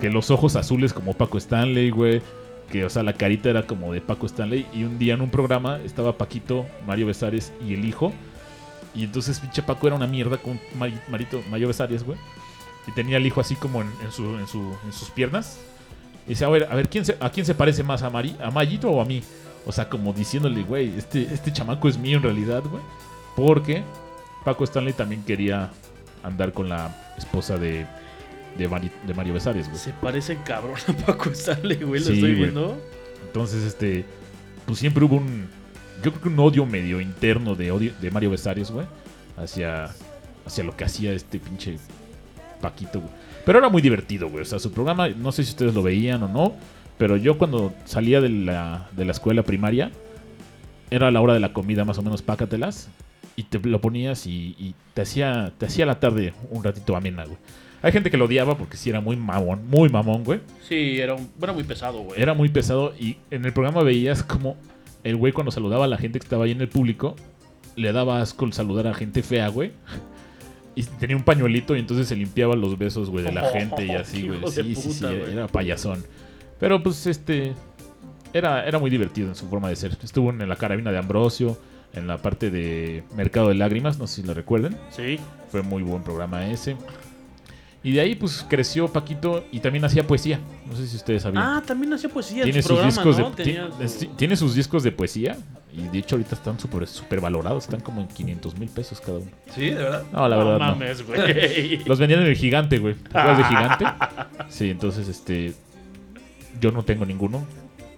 que los ojos azules como Paco Stanley, güey. Que, o sea, la carita era como de Paco Stanley. Y un día en un programa estaba Paquito, Mario Besares y el hijo. Y entonces, pinche Paco era una mierda con Mari- Marito, Mario Besares, güey. Y tenía el hijo así como en, en su- en su- en sus piernas. Y dice, a ver, a ver, ¿quién se- ¿a quién se parece más? ¿A, Mari, ¿A Mayito o a mí? O sea, como diciéndole, güey, este, este chamaco es mío en realidad, güey. Porque Paco Stanley también quería andar con la esposa de, de, Mari- de Mario Besares, güey.
Se parece cabrón [LAUGHS] a Paco Sale, güey. Lo
Sí,
estoy
güey.
viendo.
Entonces, este, pues siempre hubo un, yo creo que un odio medio interno de, odio, de Mario Besares, güey, hacia, hacia lo que hacía este pinche Paquito, güey. Pero era muy divertido, güey. O sea, su programa, no sé si ustedes lo veían o no, pero yo cuando salía de la, de la escuela primaria, era la hora de la comida, más o menos, pácatelas. Y te lo ponías y, y te, hacía, te hacía la tarde un ratito amena, güey. Hay gente que lo odiaba porque sí era muy mamón, muy mamón, güey.
Sí, era, un, era muy pesado, güey.
Era muy pesado y en el programa veías como el güey cuando saludaba a la gente que estaba ahí en el público, le daba asco el saludar a gente fea, güey. [LAUGHS] Y tenía un pañuelito y entonces se limpiaba los besos, güey, de
[LAUGHS]
la gente y así,
Qué
güey.
hijo de
Sí, sí, sí,
puta,
era-
güey.
era payasón. Pero pues este era, era muy divertido en su forma de ser. Estuvo en la carabina de Ambrosio, en la parte de Mercado de Lágrimas, no sé si lo recuerden.
Sí.
Fue muy buen programa ese. Y de ahí pues creció Paquito y también hacía poesía. No sé si ustedes sabían.
Ah, también hacía poesía en
tiene
su
sus
programa,
discos
¿no?
de ti-
Tenía su-
es- tiene sus discos de poesía y de hecho ahorita están súper super valorados, están como en 500 mil pesos cada uno.
Sí, de verdad.
No, la verdad.
No
No
mames,
[LAUGHS]
güey.
Los vendían en el gigante, güey. ¿Te acuerdas de
[LAUGHS]
gigante? Sí, entonces este. Yo no tengo ninguno,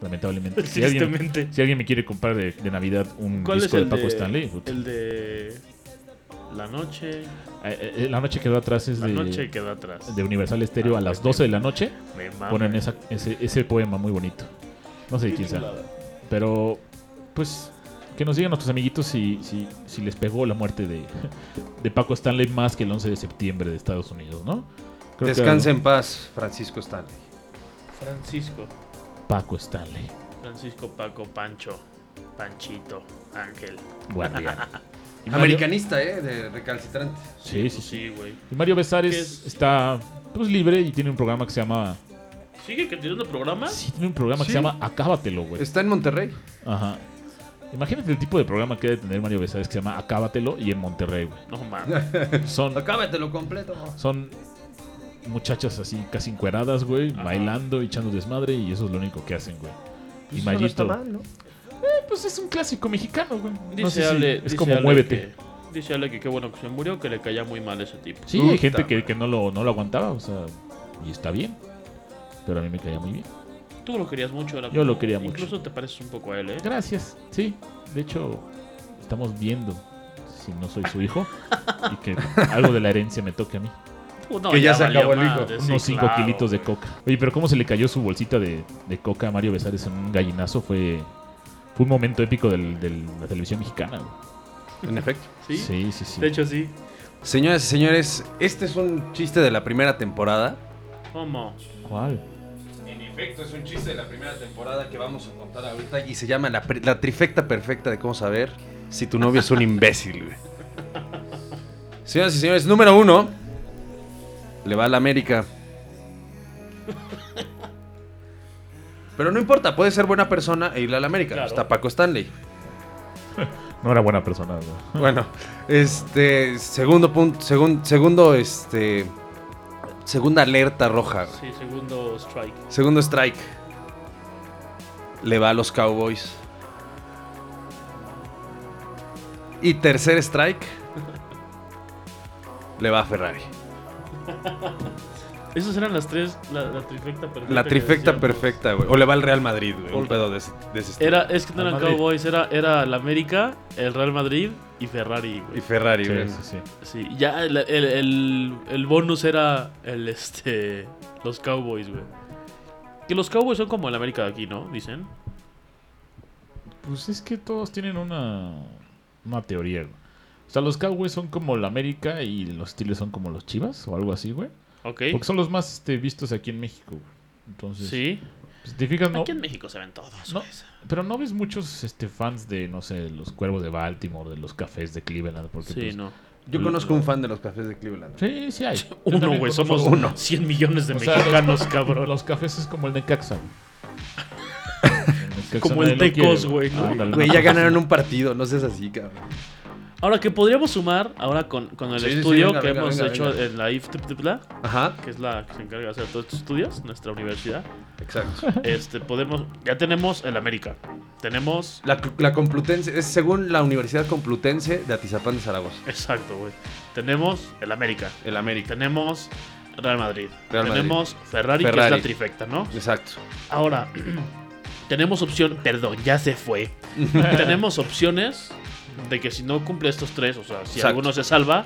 lamentablemente. Si alguien,
Tristemente.
si alguien me quiere comprar de, de Navidad un
¿Cuál es
disco de
el
Paco
de,
Stanley, puta.
el de La noche?
Eh, eh, La noche quedó atrás es
La
de,
noche Ah, quedó atrás.
de Universal Stereo a las 12 de la noche.
Me mama.
Ponen esa- ese, ese poema muy bonito. No sé de quién sea. Pero, pues, que nos digan nuestros amiguitos si, si, si les pegó la muerte de, de Paco Stanley más que el 11 de septiembre de Estados Unidos, ¿no? Creo que-
Descanse en paz, Francisco Stanley.
Francisco.
Paco Stanley.
Francisco Paco Pancho. Panchito. Ángel.
Guardián.
[LAUGHS]
Y Mario-
Americanista, ¿eh? De recalcitrante.
Sí, sí,
Pues
sí.
sí, güey.
Y Mario
¿Qué
Besares
es?
está pues libre y tiene un programa que se llama.
¿Sigue que teniendo programas?
Sí, tiene un programa que
Sí.
se llama Acábatelo, güey.
Está en Monterrey.
Ajá. Imagínate el tipo de programa que debe tener Mario Besares que se llama Acábatelo y en Monterrey, güey.
No mames.
Son
Acábatelo completo.
Son muchachas así casi encueradas, güey, bailando, echando desmadre y eso es lo único que hacen, güey.
Pues
y Mayito, eh, pues es un clásico mexicano, güey. No
Dice
sé si-
Ale.
es
dice
como
Ale
muévete.
que- dice Ale que qué bueno que se murió, que le caía muy mal ese tipo.
Sí,
Puta
hay gente que,
madre.
que no, lo, no lo aguantaba, o sea, y está bien. Pero a mí me caía muy bien.
Tú lo querías mucho, era
Yo lo quería mucho.
Incluso te pareces un poco a él, ¿eh?
Gracias, sí. De hecho, estamos viendo si no soy su hijo y [LAUGHS] que algo de la herencia me toque a mí.
Tú, Uh, no,
Que ya se
valió
acabó el hijo.
madre, sí,
Unos 5
claro,
kilitos de
güey.
coca. Oye, pero ¿cómo se le cayó su bolsita de, de coca a Mario Besares en un gallinazo? Fue, fue un momento épico del- del- de la televisión mexicana. güey.
En efecto.
¿Sí?
Sí, sí, sí.
De hecho, sí.
Señoras y señores, este es un chiste de la primera temporada.
¿Cómo?
¿Cuál?
En efecto, es un chiste de la primera temporada que vamos a contar ahorita y se llama la, pri- la trifecta perfecta de cómo saber si tu novio es un imbécil, güey. Señoras y señores, número uno, le va a la América. Pero no importa, puede ser buena persona e irle a la América.
Claro.
Está Paco Stanley.
No era buena persona. güey.
Bueno, este, segundo punto, segun- segundo, este, segunda alerta roja. güey.
Sí, segundo strike.
Segundo strike. Le va a los Cowboys. Y tercer strike. Le va a Ferrari.
Esas eran las tres, la, la trifecta perfecta.
La
que
trifecta
decíamos.
perfecta, güey. O le va al Real Madrid, güey. Un
Ol-
pedo de ese, de ese estilo.
Era, es que no
Al
eran
Madrid.
Cowboys, era, era el América, el Real Madrid y Ferrari,
Y
güey.
Ferrari, güey.
Sí, sí, sí.
Sí, ya el, el, el, el bonus era el este los Cowboys, güey. Que los Cowboys son como el América de aquí, ¿no? Dicen.
Pues es que todos tienen una, una teoría. güey. O sea, los Cowboys son como la América y los Steelers son como los Chivas o algo así, güey.
Ok.
Porque son los más este, vistos aquí en México. güey. Entonces,
Sí.
si te fijas, no,
Aquí en México se ven todos.
No.
güey.
pero no ves muchos este, fans de, no sé, de los Cuervos de Baltimore, de los Cafés de Cleveland. Porque,
Sí,
pues,
no.
Yo conozco un fan de los cafés de Cleveland.
Sí, sí
[LAUGHS]
hay. Yo
Uno,
también
güey.
conozco
Somos
uno.
100 millones de
O sea,
mexicanos,
los-
cabrón.
Los cafés es como el
[LAUGHS]
Necaxa. güey. El Necaxa
Como
nadie
el
lo quiere,
Tecos, güey, ¿no?
Ándale,
Güey,
no,
ya
pues,
ganaron un partido, no seas así, cabrón.
Ahora que podríamos sumar, ahora con, con el
Sí, sí, sí,
estudio
venga,
que
venga,
hemos
venga,
hecho
venga.
en la IFTPTPLA,
Ajá,
que es la que se encarga de hacer todos estos estudios, nuestra universidad,
exacto.
este, podemos, ya tenemos el América, tenemos,
La, la Complutense, es según la Universidad Complutense de Atizapán de Zaragoza.
exacto, güey, tenemos el América,
El América.
tenemos Real Madrid,
Real Madrid.
tenemos Ferrari, que es
Ferrari.
la trifecta, ¿no?
Exacto.
Ahora, [CLEARS THROAT] tenemos opción, perdón, ya se
[LAUGHS]
fue, tenemos opciones de que si no cumple estos tres, o sea, si
Exacto.
alguno se salva,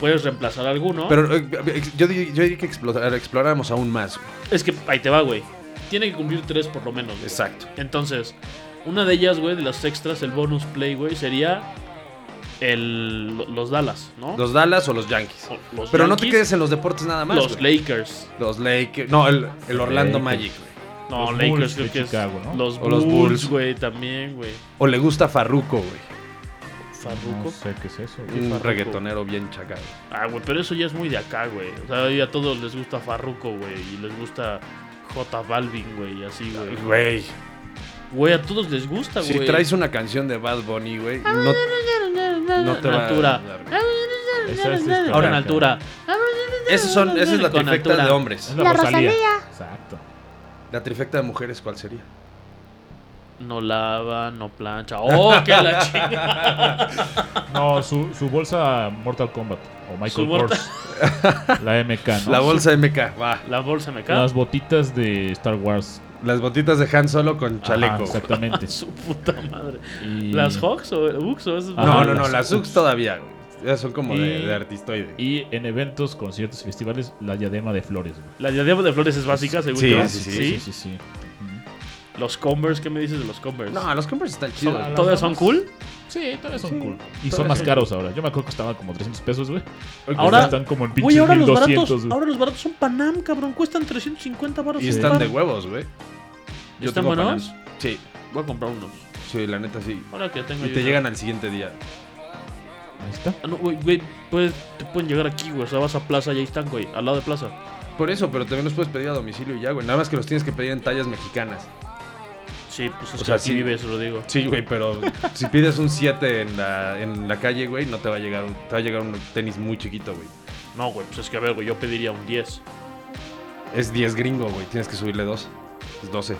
puedes reemplazar a alguno.
Pero eh, ex- yo, di- yo diría que explorar- exploráramos aún más. güey.
Es que ahí te va, güey. Tiene que cumplir tres por lo menos. güey.
Exacto.
Entonces, una de ellas, güey, de las extras, el bonus play, güey, sería el, los Dallas, ¿no?
Los Dallas o los Yankees.
O- los
Pero no te
Yankees,
quedes en los deportes nada más.
Los
güey.
Lakers.
Los Lakers. No, el, el Orlando
Lakers.
Magic. güey.
No,
Los
Lakers
Bulls
creo
de
que es.
Chicago, ¿no?
Los
O
Bulls,
los Bulls.
güey, también, güey.
O le gusta Farruko, güey.
No
Farruko.
sé qué es eso. güey.
Un
Farruko?
reggaetonero bien chacado.
Ah, güey, pero eso ya es muy de acá, güey. O sea, ya a todos les gusta Farruko, güey. Y les gusta J Balvin, güey, y así, Pues, güey.
Güey.
Güey, a todos les gusta, güey.
Si traes una canción de Bad Bunny, güey, no, no te va
Natura.
a dar, güey.
Ah,
Esa es esta
Ahora en
marca.
altura. Ah,
Esos son, esa es la
Con
trifecta
altura.
de hombres.
la,
La
Rosalía.
Rosalía.
Exacto.
La trifecta de mujeres, ¿cuál sería?
No lava, no plancha. ¡Oh, que
[LAUGHS]
la chica!
No, su, su bolsa Mortal Kombat o
Su
Michael
bolsa-
Kors. La MK, ¿no?
La bolsa MK, va.
La bolsa me cae.
Las botitas de Star Wars.
Las botitas de Han Solo con
Ajá,
chaleco.
[LAUGHS]
exactamente.
Su puta madre.
Y-
¿Las Hawks o Ux o esas-
Ah,
no, no,
las
no, las
Ux.
Ux todavía. güey. Esas son como de,
Y-
de artistoide.
Y en eventos, conciertos y festivales, la diadema de flores. güey.
La diadema de flores es básica, según
Sí,
yo.
sí, sí,
sí, sí.
Los Converse, ¿qué me dices de los Converse?
No, los Converse están chidos.
Son-
¿Todas son cool?
Sí, todavía son cool. Y son más caros ahora. Yo me acuerdo que estaban como 300 pesos, güey. Hoy
Ahora-
están como en
Güey,
pinches
ahora los
1200,
baratos,
güey.
ahora los baratos son Panam, cabrón, cuestan 350 baros.
Y
un
están
par.
de huevos, güey. Yo
¿Están
tengo
buenos?
Panam. Sí,
Voy a comprar unos.
sí, la neta sí.
Ahora que tengo
Y
yo
te
ya-
llegan al siguiente día.
Ahí está.
Ah, no, güey, güey, pues te pueden llegar aquí, güey. O sea, vas a plaza y ahí están, güey, al lado de plaza.
Por eso, pero también los puedes pedir a domicilio y ya, güey. Nada más que los tienes que pedir en tallas mexicanas.
Sí, pues es
O
que
sea,
aquí
sí.
vives, lo digo.
Sí, güey, pero [LAUGHS] si pides un 7 en la, en la calle, güey, no te va a llegar un, te va a llegar un tenis muy chiquito, güey.
No, güey, pues es que a ver, güey, yo pediría un 10.
Es 10 gringo, güey. Tienes que subirle 2. Es 12.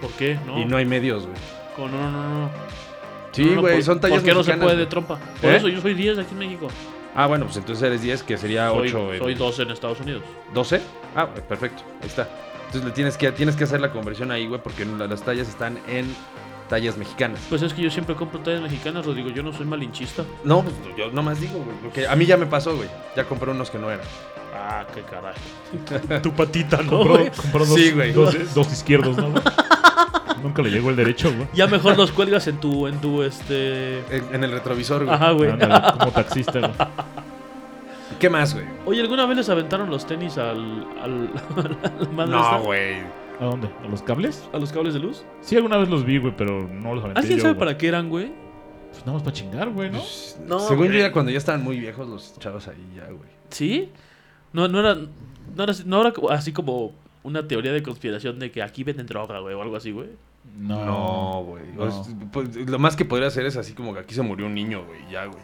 ¿Por qué? No.
Y no hay medios, güey.
Oh, no, no, no, no.
Sí,
No,
güey,
por-
son tallas
¿Por qué no se
mexicanas,
puede de
güey.
trompa? Por
¿Eh?
eso yo soy 10 aquí en México.
Ah, bueno, pues entonces eres 10, que sería eh,
Soy,
8, güey.
soy 12 en Estados Unidos.
12. Ah, güey, perfecto. Ahí está. Entonces le tienes que, tienes que hacer la conversión ahí, güey, porque la- las tallas están en tallas mexicanas.
Pues es que yo siempre compro tallas mexicanas, lo digo, yo no soy malinchista.
No, pues yo nomás digo, güey. Porque a mí ya me pasó, güey. Ya compré unos que no eran.
Ah, qué caray. tu patita, ¿no?
Compró,
güey?
compró dos,
Sí, güey.
dos, dos izquierdos, ¿no? güey? [LAUGHS] Nunca le llegó el derecho, güey.
Ya mejor los cuelgas en tu, en tu, este...
En, en el retrovisor, güey.
Ajá, güey.
Ándale, como taxista, güey.
¿Qué más, güey?
[LAUGHS] Oye, ¿alguna vez les aventaron los tenis al... al, [LAUGHS] a la madre esta?
No, güey.
¿A dónde? ¿A los cables?
¿A los cables de luz?
Sí, alguna vez los vi, güey, pero no los aventé
¿Ah, quién
yo,
sabe
güey.
para qué eran, güey?
Pues nada más para chingar, güey, ¿no?
No,
Pues, Según yo,
güey.
ya cuando ya estaban muy viejos los chavos ahí, ya, güey.
¿Sí? No, no era... No era, no era así como una teoría de conspiración de que aquí venden droga, güey, o algo así, güey.
No, güey.
no.
O sea, pues, lo más que podría hacer es así como que aquí se murió un niño, güey. Ya, güey.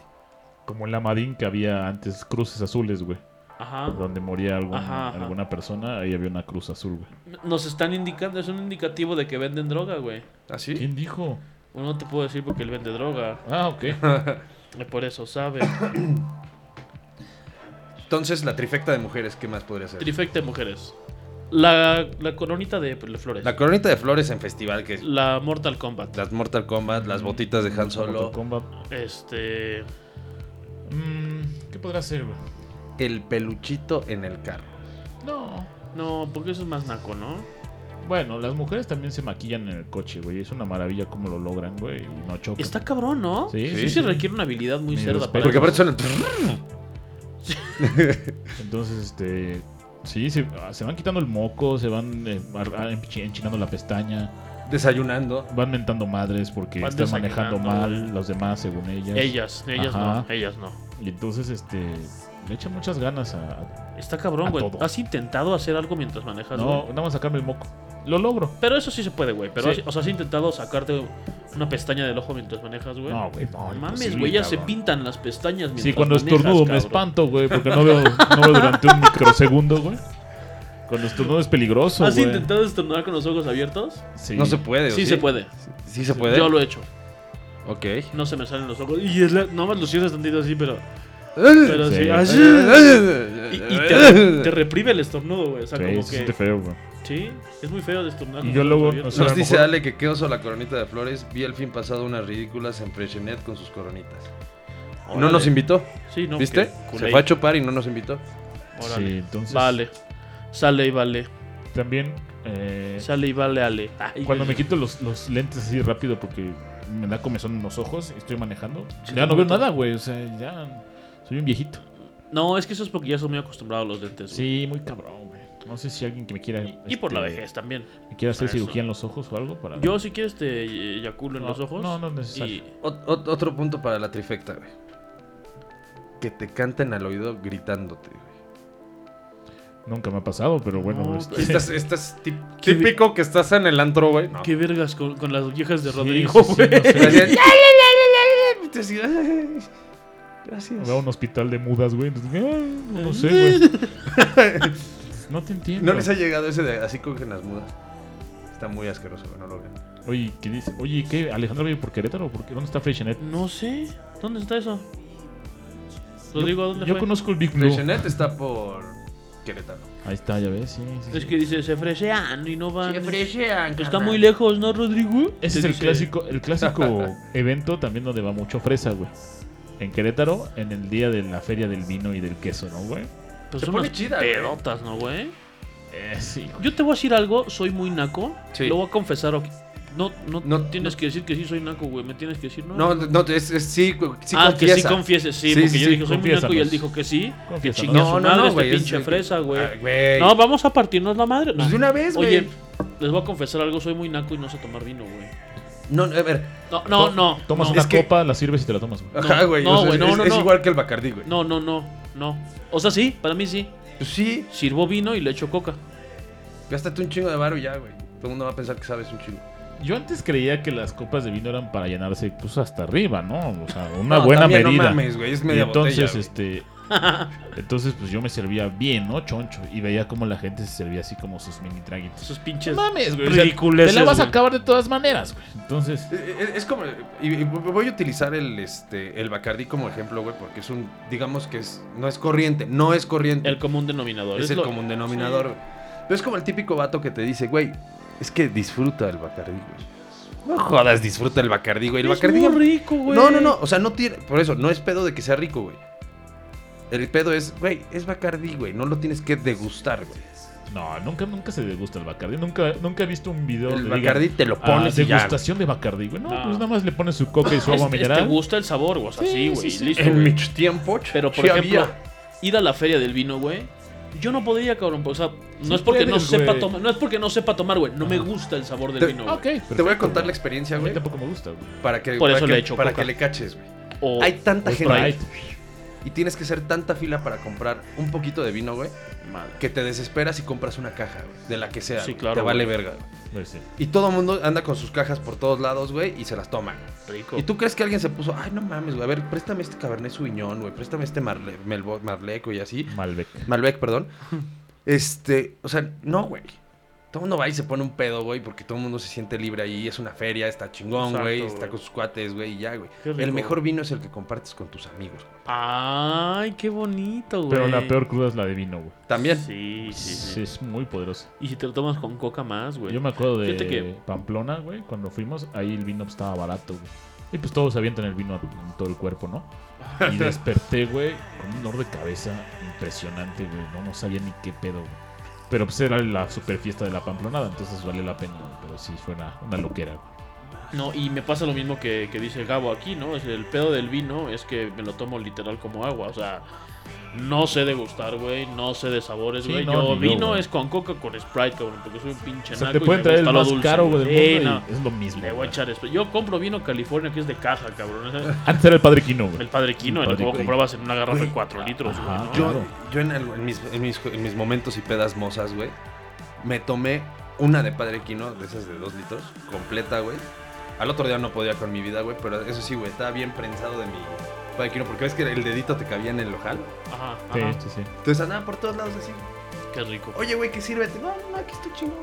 Como en la Madín que había antes cruces azules, güey.
Ajá.
Donde moría algún-
Ajá, ajá.
alguna persona, ahí había una cruz azul, güey.
Nos están indicando, es un indicativo de que venden droga, güey.
¿Ah, sí?
¿Quién dijo?
Bueno, no te puedo decir porque él vende droga.
Ah, ok.
Eh, Por eso, sabe.
Entonces, la trifecta de mujeres, ¿qué más podría hacer?
Trifecta de mujeres. La, la coronita de flores.
La
La,
coronita de flores en festival, que es
Mortal Kombat.
las Mortal Kombat, [LAUGHS]
Mm.
las botitas de Han Solo,
Mortal Kombat.
Este.
Mm, ¿Qué podrá ser, güey?
el peluchito en el carro.
No.
No, porque eso es más naco, ¿no?
Bueno, las mujeres también se maquillan en el coche, güey. Es una maravilla cómo lo logran, güey. Y no chocan.
Está cabrón, ¿no?
Sí,
sí,
sí,
se
sí.
requiere una habilidad muy
Mis
cerda para
respetos.
Porque
eso.
aparte son
Entonces, este. Sí, se, ah, se van quitando el moco, se van eh, ar- ah, enchi- enchinando la pestaña,
desayunando.
van mentando madres porque
Van
están manejando
desayunando.
mal los demás, según ellas.
Ellas, ellas
Ajá.
no, ellas no.
Y entonces, este. Le echan muchas ganas a.
Está
A
cabrón, güey.
todo.
¿Has intentado hacer algo mientras manejas,
No,
güey?
nada más sacarme el moco. Lo logro.
Pero eso sí se puede, güey. Pero,
Sí.
has- o sea, has intentado sacarte una pestaña del ojo mientras manejas, güey.
No, güey, no.
Mames,
imposible,
güey, ya se
cabrón.
pintan las pestañas mientras
Sí, cuando
manejas,
estornudo me
cabrón.
espanto, güey, porque no veo, no veo durante un microsegundo, güey. Cuando estornudo es peligroso,
¿Has
güey.
intentado estornudar con los ojos abiertos?
Sí.
No se puede, ¿o
Sí, se puede.
Sí se puede.
Yo lo he hecho.
Ok.
No se me salen los ojos. Y es la... nomás lo cierras tantito así, pero.
[LAUGHS]
Pero sí.
Sí.
así. Y, y te, te reprime el estornudo, güey. O sea,
Sí,
como
se
que.
siente feo, güey.
Sí, es muy feo de estornudar.
Y
con
yo
los
luego,
ojos abiertos.
o sea,
Nos
a lo
dice
mejor-
Ale que qué oso la coronita de flores. Vi el fin pasado unas ridículas en Frechenet con sus coronitas. Y No
Órale.
nos invitó,
Sí, no,
¿viste?
que
Se
culé.
fue a chupar y no nos invitó.
Órale.
Sí, entonces.
Vale. Sale y vale.
También, eh,
Sale y vale, ale. Ay,
cuando me
güey.
quito los, los lentes así rápido porque me da comezón en los ojos y estoy manejando, ya no veo nada, güey. O sea, ya soy un viejito.
No, es que eso es porque ya son muy acostumbrados los lentes. güey.
Sí, muy cabrón, güey. No sé si alguien que me quiera.
Y por la
este,
vejez también.
Me quiera hacer
Eso.
cirugía en los ojos o algo para.
Yo, si quieres, te eh, yaculo en
No,
los ojos.
no, no es necesario.
Y
Ot- ot- otro punto para la trifecta, güey. Que te canten al oído gritándote, güey.
Nunca me ha pasado, pero bueno.
No,
este-
Estás, estás tip-
Qué
típico que estás en el antro, güey. No.
Qué vergas con, con las viejas de [LAUGHS]
Sí,
Rodrigo,
sí, sí,
güey.
no sé.
Así-
Me
Gracias.
voy a un hospital de mudas, güey. Entonces, ay, no, no sé, güey.
[LAUGHS]
No te entiendo.
No les ha llegado ese de así cogen las mudas. Está muy asqueroso, güey, no lo vean.
Oye, ¿qué dice? Oye, ¿qué? ¿Alejandro vive por Querétaro? ¿Por qué? ¿Dónde está Freixenet?
No sé. ¿Dónde está eso? Lo digo, ¿a dónde
Yo
fue?
conozco el Big Blue.
Freshenet está por Querétaro.
Ahí está, ya ves, sí, sí,
Es
sí.
que dice, se fresean y no van. Se fresean. Está
carnal.
muy lejos, ¿no, Rodrigo?
Ese es el clásico, el
[LAUGHS]
clásico evento también donde va mucho fresa, güey. En Querétaro, en el día de la feria del vino y del queso, ¿no, güey?
Pues
Se
son
pone
unas
chida, güey.
pedotas, ¿no, güey?
Eh, sí.
Yo te voy a decir algo, soy muy naco.
Sí.
Lo voy a confesar. ok. No, no,
No,
tienes
no.
que decir que sí soy naco, güey. Me tienes que decir, ¿no?
No, no, es, es- sí, güey, sí
ah, que sí
confiesa.
confieses, sí,
Sí,
porque
sí,
yo
sí, pues.
dije, soy muy naco y él
confiésanos.
dijo que sí. Que
Confiésanos.
chingue a su
No, no,
madre,
no,
este
güey, es
pinche
de que-
fresa, güey.
Ah, güey.
No, vamos a partirnos la madre. No.
Pues de una vez,
Oye,
güey.
les voy a confesar algo, soy muy naco y no sé tomar vino, güey.
No, a ver.
No, no, no.
Tomas
no,
una
Es que- Ah.
copa, la sirves y te la tomas, güey.
Ajá, güey.
no,
o sea,
güey, no,
es,
no,
es
no.
igual que el Bacardí, güey.
No, no, no, no. O sea, sí, para mí sí.
Pues sí,
Sirvo vino y le echo coca.
gástate un chingo de varo y ya, güey. Todo el mundo va a pensar que sabes un chingo.
Yo antes creía que las copas de vino eran para llenarse pues hasta arriba, ¿no? O sea, una
No,
buena
también no
medida.
mames, güey, es media
y entonces,
botella,
[LAUGHS] este, entonces pues yo me servía bien, ¿no? Choncho y veía como la gente se servía así como sus mini traguitos.
Esos pinches.
mames,
güey, o sea,
Te la
ridiculeces,
vas a
güey.
acabar de todas maneras, güey. Entonces,
Eh, eh, Es como. Y y voy a utilizar el, este, el Bacardí como ejemplo, güey, porque es un. Digamos que es, no es corriente. No es corriente.
El común denominador.
es el
lo-
común denominador, güey. Pero es como el típico vato que te dice, güey, es que disfruta el Bacardí, güey. No jodas, disfruta el Bacardí, güey. El
Es
Bacardí.
muy rico, güey.
No, no, no. O sea, no tiene. Por eso, no es pedo de que sea rico, güey. El pedo es, güey, es Bacardí, güey. No lo tienes que degustar, güey.
no, nunca nunca se degusta el Bacardí. Nunca nunca he visto un video
El
donde digan,
Bacardí te lo
"Ah,
pones y ya,
degustación de Bacardí, güey. No,
No.
pues nada más le pones su coca y su
[LAUGHS]
agua
Es- este es-
mineral.
Te gusta el sabor, güey. O sea,
Sí,
sí,
sí,
güey.
sí.
listo,
En
güey.
mis tiempos.
Pero, por
sí
ejemplo,
había.
ir a la feria del vino, güey. Yo no podría, cabrón. pues, o sea, no
Sí
es porque no
puedes,
sepa
güey.
tomar. No es porque no sepa tomar, güey. No me gusta el sabor del
Te-
vino, güey.
Ah, ok, perfecto,
Te voy a contar la
güey.
experiencia,
A mí
güey.
tampoco me gusta, güey.
Para que,
Por
para
eso
que-
le echo
para
coca.
que le caches, güey.
O-
Hay tanta
o
gente
Sprite.
y tienes que hacer tanta fila para comprar un poquito de vino, güey, que te desesperas y compras una caja, güey, de la que sea.
Sí,
güey.
claro,
Te vale
güey.
verga. güey.
Pues, sí.
Y todo el mundo anda con sus cajas por todos lados, güey, y se las toma. güey.
Rico.
¿Y tú crees que alguien se puso, ay, no mames, güey, a ver, préstame este Cabernet Sauvignon, güey, préstame este Marle Melbo- Marlec, güey, así.
Malbec.
[LAUGHS]
Malbec, perdón. Este, o sea, no, güey. Todo el mundo va y se pone un pedo, güey, porque todo el mundo se siente libre ahí. Es una feria, está chingón,
Exacto,
güey,
güey.
está con sus cuates, güey, y ya, güey.
Qué rico,
El mejor vino es el que compartes con tus amigos.
Ay, qué bonito, güey.
Pero la peor cruda es la de vino, güey.
También.
Sí, sí, sí.
Es muy poderosa.
Y si te lo tomas con coca más, güey.
Yo me acuerdo de
Fíjate que-
Pamplona, güey, cuando fuimos, ahí el vino pues, estaba barato, güey. Y pues todos avientan el vino en todo el cuerpo, ¿no?
[LAUGHS]
Y desperté, güey, con un dolor de cabeza impresionante, güey. No, no sabía ni qué pedo, güey. Pero pues era la super fiesta de la Pamplonada, entonces valió la pena, güey. Pero sí fue una, una loquera, güey.
No, y me pasa lo mismo que, que dice Gabo aquí, ¿no? Es el pedo del vino es que me lo tomo literal como agua, o sea, no sé degustar, güey, no sé de sabores,
Sí,
güey.
no,
yo
ni yo,
vino
güey.
es con coca, con Sprite, cabrón, porque soy un pinche
O sea,
naco
te
y
pueden
me
traer el
gusta lo
más
dulce,
caro, güey, del
güey.
mundo.
Sí,
y es lo mismo.
no, Le voy
güey.
a echar esto. Yo compro vino California que es de caja, cabrón. ¿no?
Antes era el padre Quino, güey.
El
[LAUGHS]
Padre Quino,
El
el
Padre
lo
Quino.
comprabas en una garrafa de 4
Güey.
litros, güey.
Ajá.
¿no?
Yo,
Claro.
yo en, algo- en mis, en, mis, en mis momentos y pedas mozas, güey, me tomé una de Padre Quino, de esas de dos litros, completa, güey. Al otro día no podía con mi vida, güey, pero eso sí, güey, estaba bien prensado de mi Padre Quino, porque ves que el dedito te cabía en el ojal.
Ajá,
Sí,
ajá.
sí, sí.
Entonces andaba por todos lados así.
Qué rico.
Oye, güey, ¿qué sírvete? No, no, aquí estoy chingón.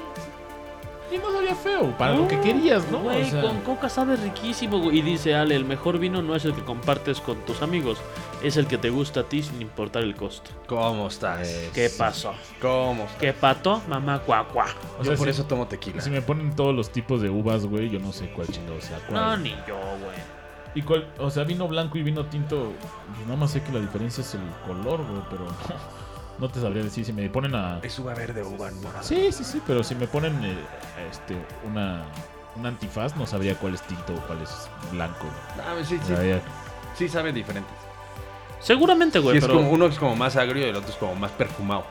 Y no sabía feo, para lo que querías, ¿no?
Güey,
O sea,
con coca sabe riquísimo, güey. Y dice Ale, el mejor vino no es el que compartes con tus amigos, es el que te gusta a ti sin importar el costo.
¿Cómo estás?
¿Qué pasó?
¿Cómo estás?
¿Qué pato? Mamá cuacua.
o
Yo
sea,
por
sí.
eso tomo tequila.
Si me ponen todos los tipos de uvas, güey, yo no sé cuál chingado sea cuál.
No, ni yo, güey.
Y cuál, o sea, vino blanco y vino tinto, yo nada más sé que la diferencia es el color, güey, pero [LAUGHS] no te sabría decir si me ponen a
Es uva verde, uva morada.
Sí, sí, sí, pero si me ponen eh, este una un antifaz no sabría cuál es tinto o cuál es blanco. güey.
Ah, sí, sí,
O sea,
sí saben diferentes.
Seguramente, güey,
Sí, es
pero.
como, uno es como más agrio y el otro es como más perfumado.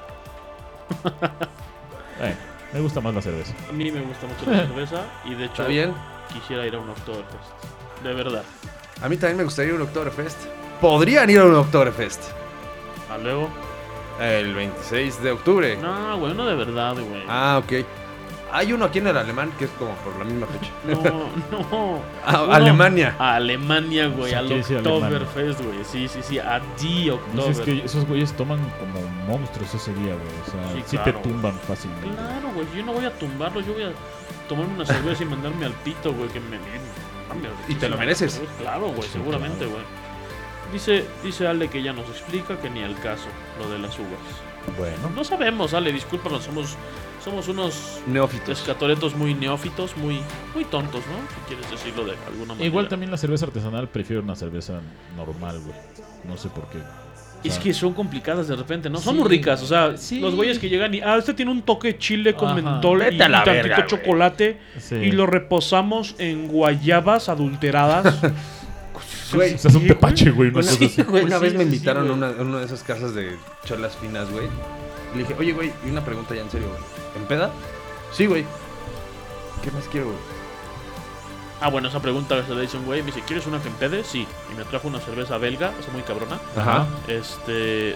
ya, eh, me gusta más la cerveza.
A mí me gusta mucho la cerveza y de hecho
¿Está bien?
quisiera ir a un Oktoberfest. De verdad.
A mí también me gustaría ir a un Oktoberfest. Podrían ir a un Oktoberfest.
¿A luego?
El 26 de octubre.
No, güey, uno de verdad, güey.
Ah, ok. Hay uno aquí en el alemán que es como por la misma [LAUGHS] fecha.
No, no.
A-
Uno-
Ah, Alemania.
A Alemania, güey.
Sí,
Al
quiere decir Alemania.
Oktoberfest, güey. Sí, sí, sí. A The Oktoberfest.
Dices que esos güeyes toman como monstruos ese día, güey. O sea,
Sí,
sí,
claro.
te tumban fácilmente.
Claro, güey. Yo no voy a tumbarlo. Yo voy a tomarme una cerveza y mandarme al pito, güey. Que me. me- mames,
Y te lo mereces.
Claro, güey. Seguramente, güey. Dice, dice Ale que ya nos explica que ni al caso lo de las uvas.
Bueno,
No sabemos, Ale, discúlpanos, somos, somos unos
Neófitos.
Pescatoretos muy neófitos, muy, muy tontos, ¿no? Si quieres decirlo de alguna manera.
igual también la cerveza artesanal prefiero una cerveza normal, güey. No sé por qué.
Es que son complicadas de repente, ¿no? Son
Sí.
muy ricas, o sea,
Sí.
los güeyes que llegan y, ah, este tiene un toque de chile con
Ajá.
mentol y
Vete a la
tantito
verga, güey.
chocolate
Sí.
y lo reposamos en guayabas adulteradas.
[LAUGHS] O sea, es un tepache, güey. Una
Una,
cosa
[LAUGHS]
así.
güey, una
Pues
vez
sí,
me
sí, sí,
invitaron a
güey.
una, a una de esas casas de charlas finas, güey. Le dije, oye, güey, y una pregunta ya en serio, güey. ¿En peda? Sí, güey. ¿Qué más quiero, güey?
ah, bueno, esa pregunta se le dice un güey, me dice, ¿quieres una que empede? Sí. Y me trajo una cerveza belga, o sea, muy cabrona.
Ajá.
Este.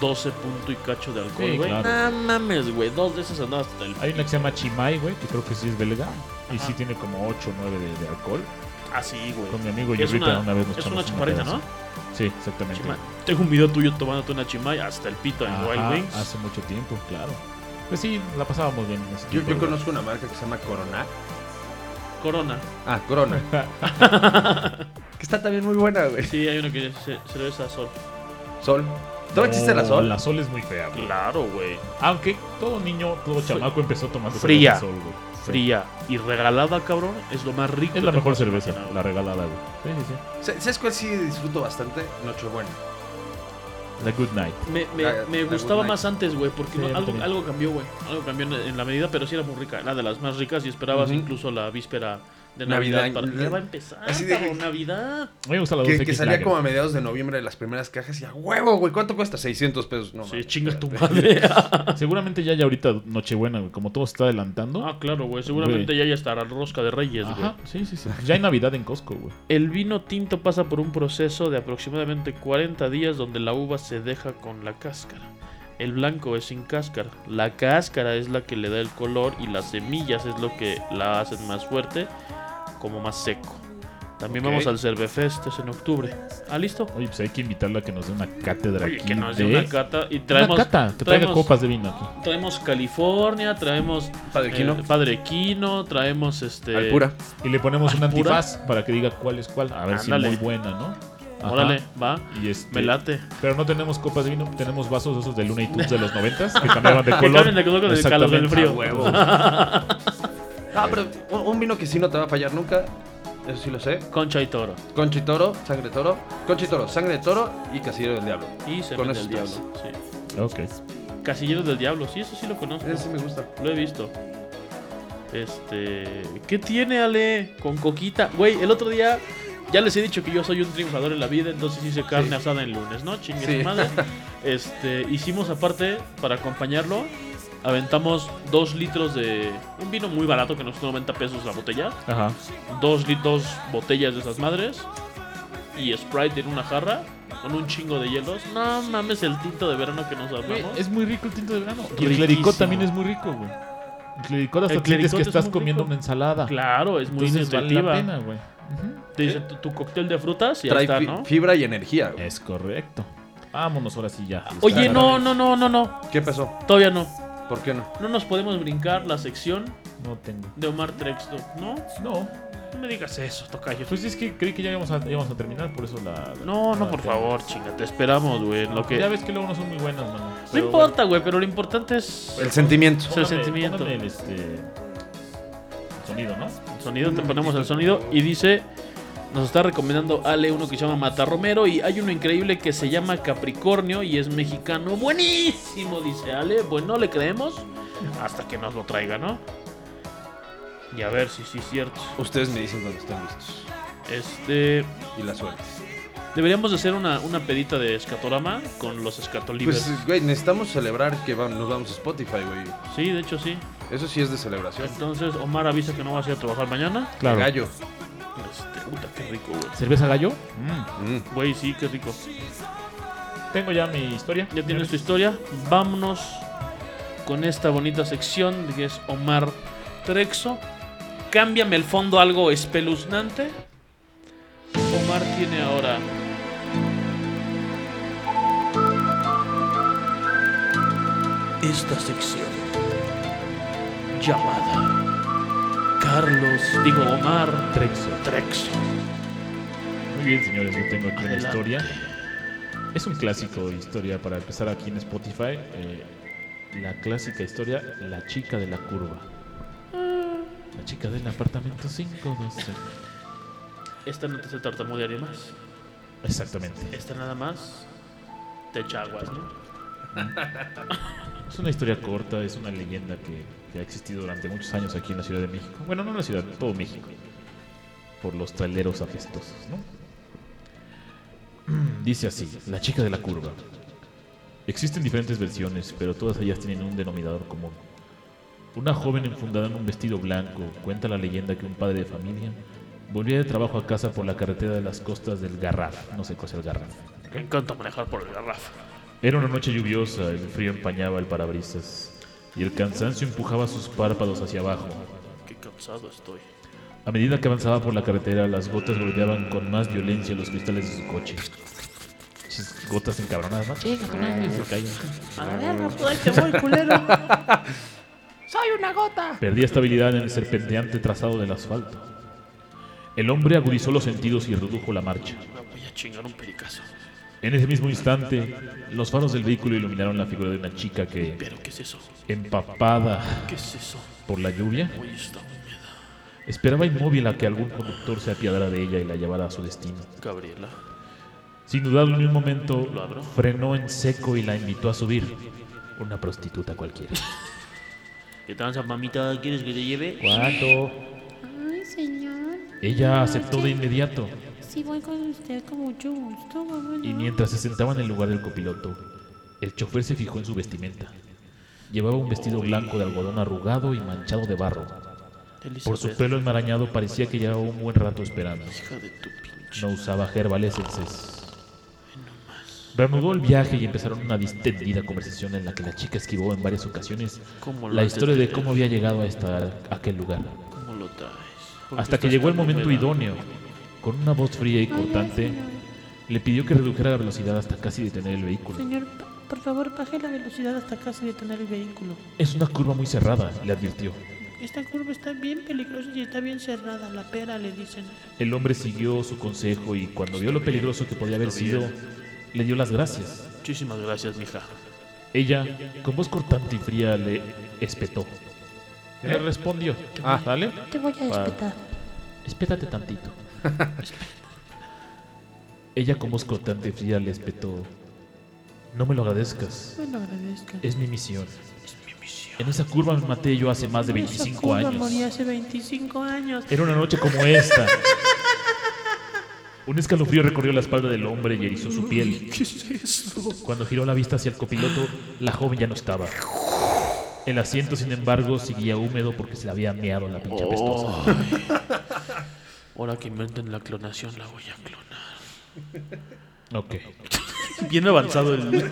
12 punto y cacho de alcohol,
Sí,
güey.
claro.
Ah, mames, güey. Dos de esas andabas hasta el.
Hay una que se llama Chimay, güey, que creo que sí es belga. Y sí tiene como 8 o 9 de, de alcohol.
Así, Ah, güey.
Con mi amigo
Es
Yurrita
una-
una, vez nos
es
echamos
una chaparrita,
pedazo.
¿no?
Sí, exactamente.
Chimay. Tengo un video tuyo tomándote una chimay hasta el pito en
Ajá,
Wild Wings.
Hace mucho tiempo, claro. Pues sí, la pasábamos bien. en ese
Yo,
tiempo,
yo
güey.
conozco una marca que se llama Corona.
Corona.
[LAUGHS]
Ah,
[LAUGHS]
Corona. que está también muy buena, güey.
Sí, hay uno que es ce- cerveza sol.
Sol. ¿Todavía existe
Oh,
la
No,
sol?
Oh, La sol es muy fea, güey.
Claro, güey.
Aunque todo niño, todo chamaco empezó tomando
Fría.
cerveza sol, güey. Sí.
Fría y regalada, cabrón, es lo más rico.
Es la
que
mejor
puedes
cerveza,
imaginar,
la
güey.
regalada, güey. Sí, sí, sí.
¿Sa- ¿Sabes cuál sí disfruto bastante? Nochebuena.
La Good Night.
Me, me-
La-
me
la
gustaba
Good
más antes, güey, porque
Sí,
no-
a mí
algo,
también.
algo cambió, güey. Algo cambió en, en la medida, pero sí era muy rica. Era de las más ricas y esperabas
Ujú.
incluso la víspera de Navidad.
Navidad,
para...
la-
Ya va a empezar,
Así de-
cabrón, Navidad.
A mí me gusta la 2X
Que, que salía
Lager.
como a mediados de noviembre de las primeras cajas y a huevo, güey. ¿Cuánto cuesta? 600 pesos. No,
Sí,
mames,
chingas tu
espérate.
madre.
Seguramente ya hay ahorita Nochebuena, güey. Como todo se está adelantando.
[LAUGHS] ah, claro, güey. Seguramente
Güey.
ya ya estará rosca de reyes, güey.
Ajá, sí, sí, sí. Ya hay Navidad en Costco, güey.
El vino tinto pasa por un proceso de aproximadamente 40 días donde la uva se deja con la cáscara. El blanco es sin cáscara. La cáscara es la que le da el color y las semillas es lo que la hacen más fuerte, como más seco. También
Ok.
vamos al Cervefest, es en octubre. ¿Ah, listo?
Oye, pues hay que invitarla a que nos dé una cátedra
Oye,
aquí.
que nos
de-
dé una cata y
Una
traemos,
cata, que traiga
traemos-
copas de vino aquí.
traemos California, traemos
Padre Quino.
eh, Padre Quino, traemos este...
Alpura.
Y le ponemos un
¿Ah, pura?
antifaz para que diga cuál es cuál. A ver
Ándale.
si es muy buena, ¿no? Ajá.
Órale, va.
Y este,
Me late.
Pero no tenemos copas de vino, tenemos vasos esos de Luna y Tunes de los noventas que cambiaban de
[LAUGHS] Que
color.
cambian de color con el calor del
Exactamente.
frío.
Ah, güey.
[LAUGHS]
Ah, pero un, un vino que sí no te va a fallar nunca. Eso sí lo sé.
Concha y toro.
Conchi toro, sangre de toro. Conchi toro, sangre de toro y casillero del diablo.
Y se
Con
mete el
esos
diablo. sí.
Ok.
Casilleros del diablo, sí, eso sí lo conozco.
Ese sí me gusta.
Lo he visto. Este. ¿Qué tiene Ale con coquita? Güey, el otro día. Ya les he dicho que yo soy un triunfador en la vida, entonces hice carne
Sí.
asada en lunes, ¿no? Chingue
Sí.
su
[LAUGHS]
madre. Este, hicimos aparte, para acompañarlo, aventamos dos litros de un vino muy barato que nos costó 90 pesos la botella.
Ajá.
dos, lit- dos botellas de esas madres y Sprite en una jarra con un chingo de hielos. No mames el tinto de verano que nos
Güey,
armamos.
es muy rico el tinto de verano. Y
Riquísimo.
el clericot también es muy rico, güey. El clericot hasta
El
sientes
clericot
que
es
estás
muy
comiendo
rico.
una ensalada.
Claro, es muy
Entonces vale
nutritiva.
la pena, güey. Ujú.
Te dice tu, tu cóctel de frutas y ya
Trae
está,
fi-
¿no?
fibra y energía. güey.
Es correcto. Vámonos ahora sí ya.
Oye,
Está-
no, no, no, no, no.
¿Qué pasó?
Todavía no.
¿Por qué no?
No nos podemos brincar la sección
No tengo.
de Omar Trexto, ¿no?
No.
No me digas eso, tocayo.
Pues es que creí que ya íbamos a, íbamos a terminar, por eso la.
No, no,
la-
por favor, chinga. Te esperamos, güey. en Lo que...
Ya ves que luego no son muy buenas, mano.
No
Pero bueno.
importa, güey, pero lo importante es
El sentimiento.
Es el sentimiento.
póngame el, este, el sonido, ¿no?
el sonido. Te ponemos el sonido y dice... Nos está recomendando Ale uno que se llama Mata Romero y hay uno increíble que se llama Capricornio y es mexicano. Buenísimo, dice Ale. Pues no le creemos hasta que nos lo traiga, ¿no? Y a ver si sí es cierto.
Ustedes me dicen cuando estén listos.
Este.
Y la suerte.
Deberíamos de hacer una, una pedita de escatorama con los escatolibres.
Pues, güey, necesitamos celebrar que va- nos vamos a Spotify, güey.
sí, de hecho sí.
Eso sí es de celebración.
Entonces Omar avisa que no vas a ir a trabajar mañana.
Gallo.
Este, puta, qué rico, güey.
¿Cerveza gallo?
Mm.
Güey, sí, qué rico.
Tengo ya mi historia.
Ya tienes tu historia. Vámonos con esta bonita sección que es Omar Trexo. Cámbiame el fondo a algo espeluznante. Omar tiene ahora. Esta sección llamada Carlos, digo Omar
Trexo.
Trexo.
Muy bien, señores, yo tengo aquí una
Adelante.
historia. Es un clásico de historia para empezar aquí en Spotify. eh, la clásica historia, la chica de la curva. La chica del apartamento 512.
Esta no te se tartamudearía más.
Exactamente.
Esta nada más te echa aguas, ¿no?
Es una historia corta, es una leyenda que, que ha existido durante muchos años aquí en la Ciudad de México. Bueno, no en la ciudad, en todo México. Por los traileros apestosos, ¿no? [CLEARS THROAT] Dice así, la chica de la curva. Existen diferentes versiones, pero todas ellas tienen un denominador común. Una joven enfundada en un vestido blanco cuenta la leyenda que un padre de familia volvía de trabajo a casa por la carretera de las costas del Garraf. No sé cuál es el Garraf.
Me encanta manejar por el garrafa.
Era una noche lluviosa, el frío empañaba el parabrisas y el cansancio empujaba sus párpados hacia abajo.
Qué cansado estoy.
A medida que avanzaba por la carretera, las gotas golpeaban con más violencia los cristales de su coche. Esas gotas encabronadas, ¿no? Chinga, con madre, se caían. Perdía estabilidad en el serpenteante trazado del asfalto. El hombre agudizó los sentidos y redujo la marcha.
Me voy a chingar un pericazo.
En ese mismo instante, los faros del vehículo iluminaron la figura de una chica que,
¿Pero qué es eso?
empapada
¿Qué es eso?
por la lluvia,
Uy, está húmeda.
Esperaba inmóvil a que algún conductor se apiadara de ella y la llevara a su destino.
Gabriela.
Sin dudarlo en un momento,
¿Lo abro?
frenó en seco y la invitó a subir. Una prostituta cualquiera.
¿Qué tranza, mamita? ¿Quieres que te lleve?
¿Cuánto?
Ay, señor. Ah,
Ella aceptó de inmediato
Sí, voy con usted con mucho gusto, vámonos.
y mientras se sentaba en el lugar del copiloto, el chofer se fijó en su vestimenta. Llevaba un vestido blanco de algodón arrugado y manchado de barro. Por su pelo enmarañado parecía que llevaba un buen rato esperando.
Hija de tu pinche.
No usaba herbalesenses. Reanudó el viaje y empezaron una distendida conversación en la que la chica esquivó en varias ocasiones
¿Cómo lo
la
haces,
historia de
Pepe?
cómo había llegado a, esta- a aquel lugar.
¿Cómo lo traes? ¿Por qué
Hasta que
estás
llegó el
tan
momento
húmeda?
idóneo. Con una voz fría y
Ay,
cortante,
señor.
le pidió que redujera la velocidad hasta casi detener el vehículo.
Señor, pa- por favor, baje la velocidad hasta casi detener el vehículo.
Es una curva muy cerrada, le advirtió.
Esta curva está bien peligrosa y está bien cerrada. La pera, le dicen.
El hombre siguió su consejo y cuando vio lo peligroso que podía haber sido, le dio las gracias.
Muchísimas gracias, mija.
Ella, con voz cortante y fría, le espetó. Le respondió. Ah, ¿vale?
Te voy a
despertar. Espétate tantito. Ella, con voz cortante y fría, le espetó. No me lo agradezcas.
Me lo agradezco.
Es mi misión. En esa curva me maté yo hace más de 25 años.
morí hace 25 años.
Era una noche como esta. Un escalofrío recorrió la espalda del hombre y erizó su piel. Cuando giró la vista hacia el copiloto, la joven ya no estaba. El asiento, sin embargo, seguía húmedo porque se le había meado la pinche pestosa.
Oh.
[LAUGHS]
Ahora que inventen la clonación, la voy a clonar.
Ok,
Bien avanzado
[LAUGHS]
el.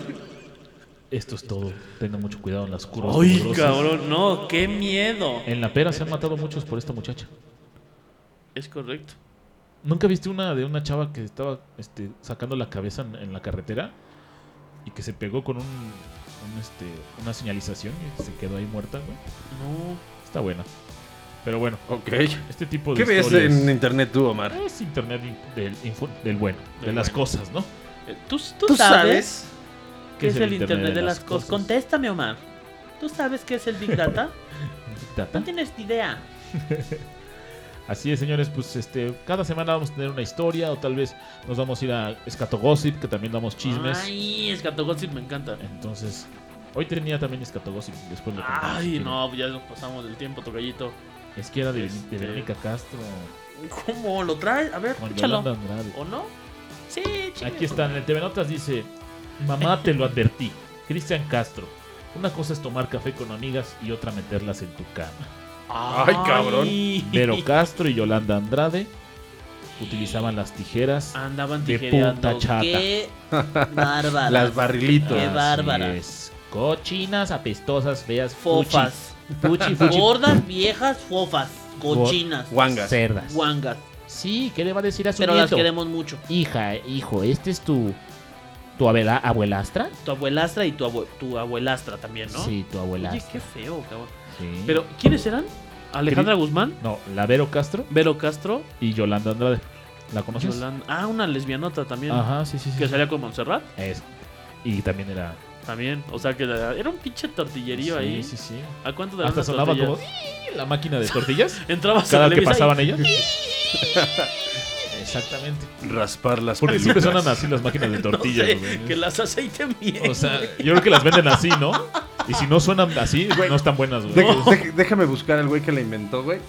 esto es todo. Tengan mucho cuidado en las curvas.
¡Ay,
peligrosas.
cabrón! No, qué miedo.
En la pera se han matado muchos por esta muchacha.
Es correcto.
¿Nunca viste una de una chava que estaba este, sacando la cabeza en, en la carretera y que se pegó con un, un, este, una señalización y se quedó ahí muerta, güey?
No.
Está buena. Pero bueno,
Ok.
este tipo de
¿Qué ves
historias-
en internet tú, Omar?
Es internet in- del, info- del bueno, de las cosas, ¿no?
Eh, ¿Tú, tú, sabes qué es
es
el,
el
internet, de las cosas? Contéstame, Omar. ¿Tú sabes qué es el Big Data?
[LAUGHS] Tata.
no tienes ni idea.
Así es, señores, pues este cada semana vamos a tener una historia o tal vez nos vamos a ir a Escatogossip, que también damos chismes.
Ay, Escatogossip me encanta.
Entonces, hoy tenía también Escatogossip, después lo contamos,
Ay,
si
no, ya nos pasamos del tiempo, tocallito.
quieren. Es que era de, de
Este-
Verónica Castro
¿Cómo lo traes? A ver,
con
échalo.
Yolanda Andrade.
¿O no? Sí, chingue.
Aquí está, en el TV Notas dice, mamá te lo advertí, Cristian Castro. Una cosa es tomar café con amigas y otra meterlas en tu [LAUGHS] cama.
Ay, cabrón.
Vero Castro y Yolanda Andrade utilizaban las tijeras.
Andaban
De
Ah, tijereando.
punta chata.
Qué bárbaras.
Las barrilitos.
Qué
Así
bárbara.
es. Cochinas, apestosas, feas,
Fofas.
[LAUGHS] Fuchi,
Gordas, viejas, fofas. Cochinas.
fuchi,
Guangas.
cerdas.
Guangas.
Sí, ¿qué le va a decir a su
Pero las
nieto?
queremos mucho.
Hija, hijo, este es tu tu abuela, abuelastra?
Tu abuelastra y tu, abue- tu abuelastra también, ¿no?
Sí, tu
Oye,
abuelastra.
qué feo, cabrón.
Sí.
Pero, ¿quiénes eran? Alejandra Guzmán,
no, la Vero Castro
Vero Castro,
y Yolanda Andrade. ¿La conoces?
Yolanda. Ah, una lesbianota también.
Ajá, sí, sí, sí.
Que salía con Montserrat
Eso. Y también era
también. O sea, que la- era un pinche tortillerío
sí,
ahí.
Sí, sí.
¿A cuánto de
Hasta sonaba como "Ii", la
[LAUGHS]
máquina de tortillas
Entrabas
cada
a
que
Televisa y-
pasaban ellas. Exactamente.
Raspar las
Porque
[LAUGHS]
siempre
pelucas.
sonan así las máquinas de
[LAUGHS] [LAUGHS] no
tortillas.
sé,
güey.
que las aceite bien. [LAUGHS]
O sea, yo creo que las venden así, ¿no? Y si no suenan así, no están buenas, güey.
De- de- déjame buscar al güey que la inventó, güey.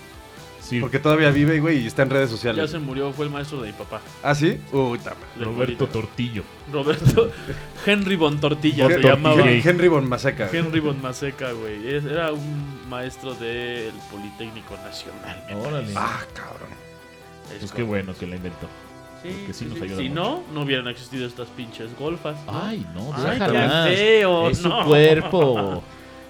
Sí,
Porque todavía vive, güey, y está en redes
ya
sociales.
se murió, fue el maestro de mi papá.
¿Ah, sí? Uy, ta madre.
del Torito.
Roberto Tortillo.
Roberto
[LAUGHS]
Henry Bontortilla se
Henry-
llamaba.
Henry- Henry Von Maseca.
Henry Bonmaseca, güey. Es- Era un maestro del Politécnico Nacional. me
Órale.
Ah, cabrón.
parece.
Pues qué bueno que la inventó.
Sí,
porque sí
sí,
nos
sí.
ayuda
Si
mucho.
no, no hubieran existido estas pinches golfas. ¿no?
Ay, no,
Ay,
déjala.
qué feo,
Es su
no.
cuerpo.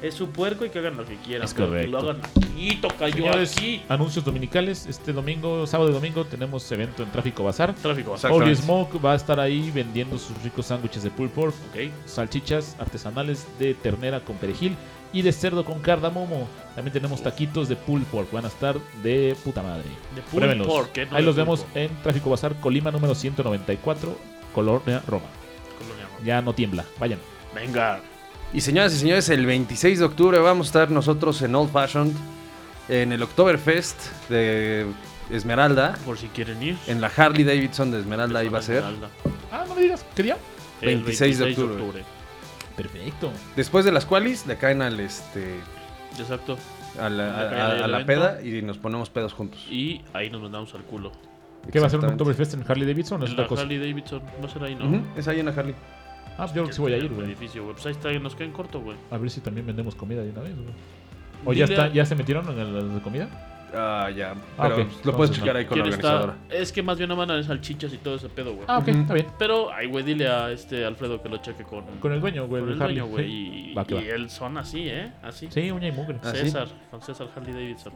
Es su puerco y que hagan lo que quieran.
Es
pero que
correcto.
Lo hagan aquí, toca yo
Señores,
aquí.
anuncios dominicales. Este domingo, sábado y domingo, tenemos evento en Tráfico Bazar.
Tráfico.
Exactamente.
Holy Smoke va a estar ahí vendiendo sus ricos sándwiches de pulled pork,
Ok.
salchichas artesanales de ternera con perejil y de cerdo con cardamomo. También tenemos taquitos de pulled pork. Van a estar de puta madre.
De pulled
Pruébenlos.
pork, ¿eh? No
ahí
de
los
pulled
vemos
pork.
en Tráfico Bazar, Colima número 194, Colonia Roma.
Oh, Colonia Roma.
Ya no tiembla. Vayan.
Venga.
Y señoras y señores, el 26 de octubre vamos a estar nosotros en Old Fashioned, en el Oktoberfest de Esmeralda,
Por si quieren ir.
en la Harley Davidson de Esmeralda ahí va a ser.
Ah, no me digas. ¿Qué día?
El
26 de
Perfecto.
Después de las cuales le caen al este
Exacto.
a la,
Le caen
a-
al
a la
evento.
peda y nos ponemos pedos juntos.
Y ahí nos mandamos al culo.
¿Qué va a ser un
Exactamente.
Oktoberfest en Harley Davidson? Es
La
otra cosa.
Harley Davidson va a ser ahí, ¿no?
Ujú, es ahí en la Harley.
Ah, yo creo que sí voy a ir, güey.
Edificio, güey. Pues ahí está, nos queda en corto, güey.
A ver si también vendemos comida de una vez, güey. ¿O ya,
Dile
está,
a-
ya se metieron en la- la comida?
Ah, ya.
Ah,
Pero
ok.
lo puedes
Entonces,
checar ahí con la
¿Quién
organizadora.
está? Es que más bien no van a dar salchichas y todo ese pedo, güey.
Ah, ok,
Ujú.
está bien.
Pero, ay, güey, dile a este Alfredo que lo cheque con,
Con el dueño, güey.
con
de
el
Harley.
dueño, güey.
Sí.
Y,
Va que
y
va.
él son así, ¿eh? Así.
Sí, uña y mugre.
Ah, ¿sí?
César, con César Harley Davidson.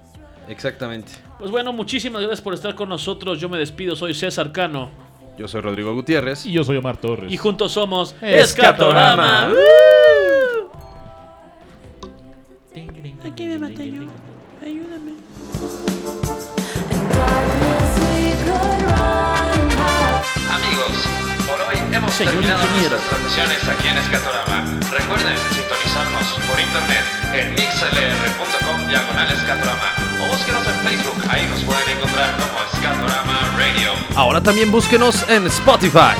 Exactamente.
Pues bueno, muchísimas gracias por estar con nosotros. Yo me despido, soy César Cano.
Yo soy Rodrigo Gutiérrez.
Y yo soy Omar Torres.
Y juntos somos
Escatorama.
Escatorama.
Aquí me maté yo. Ayúdame.
Amigos, por hoy hemos
Señor
terminado
ingeniero.
nuestras transmisiones aquí en Escatorama. Recuerden sintonizarnos por internet en mixlr.com diagonal escatorama o búsquenos en Facebook, ahí nos pueden encontrar como Escatorama Radio.
Ahora también búsquenos en Spotify.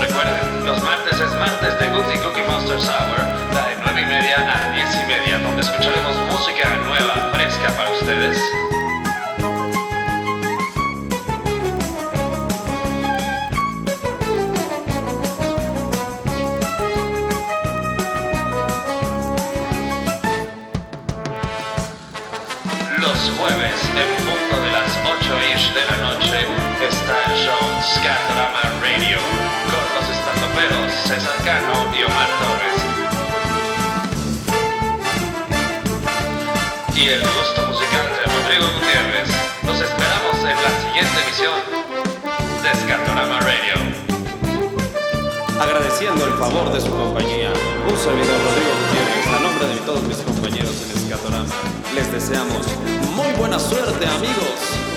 Recuerden, los martes es martes de Goody Cookie Monsters Hour, la de 9 y media a 10 y media, donde escucharemos música nueva, fresca para ustedes. Los jueves, en punto de las 8 de la noche, está el show Scatorama Radio con los estandoperos César Cano y Omar Torres. Y el gusto musical de Rodrigo Gutiérrez. Los esperamos en la siguiente emisión de Scatorama Radio.
Agradeciendo el favor de su compañía, un servidor Rodrigo Gutiérrez, a nombre de todos mis compañeros en Escatorama, les deseamos muy buena suerte, amigos.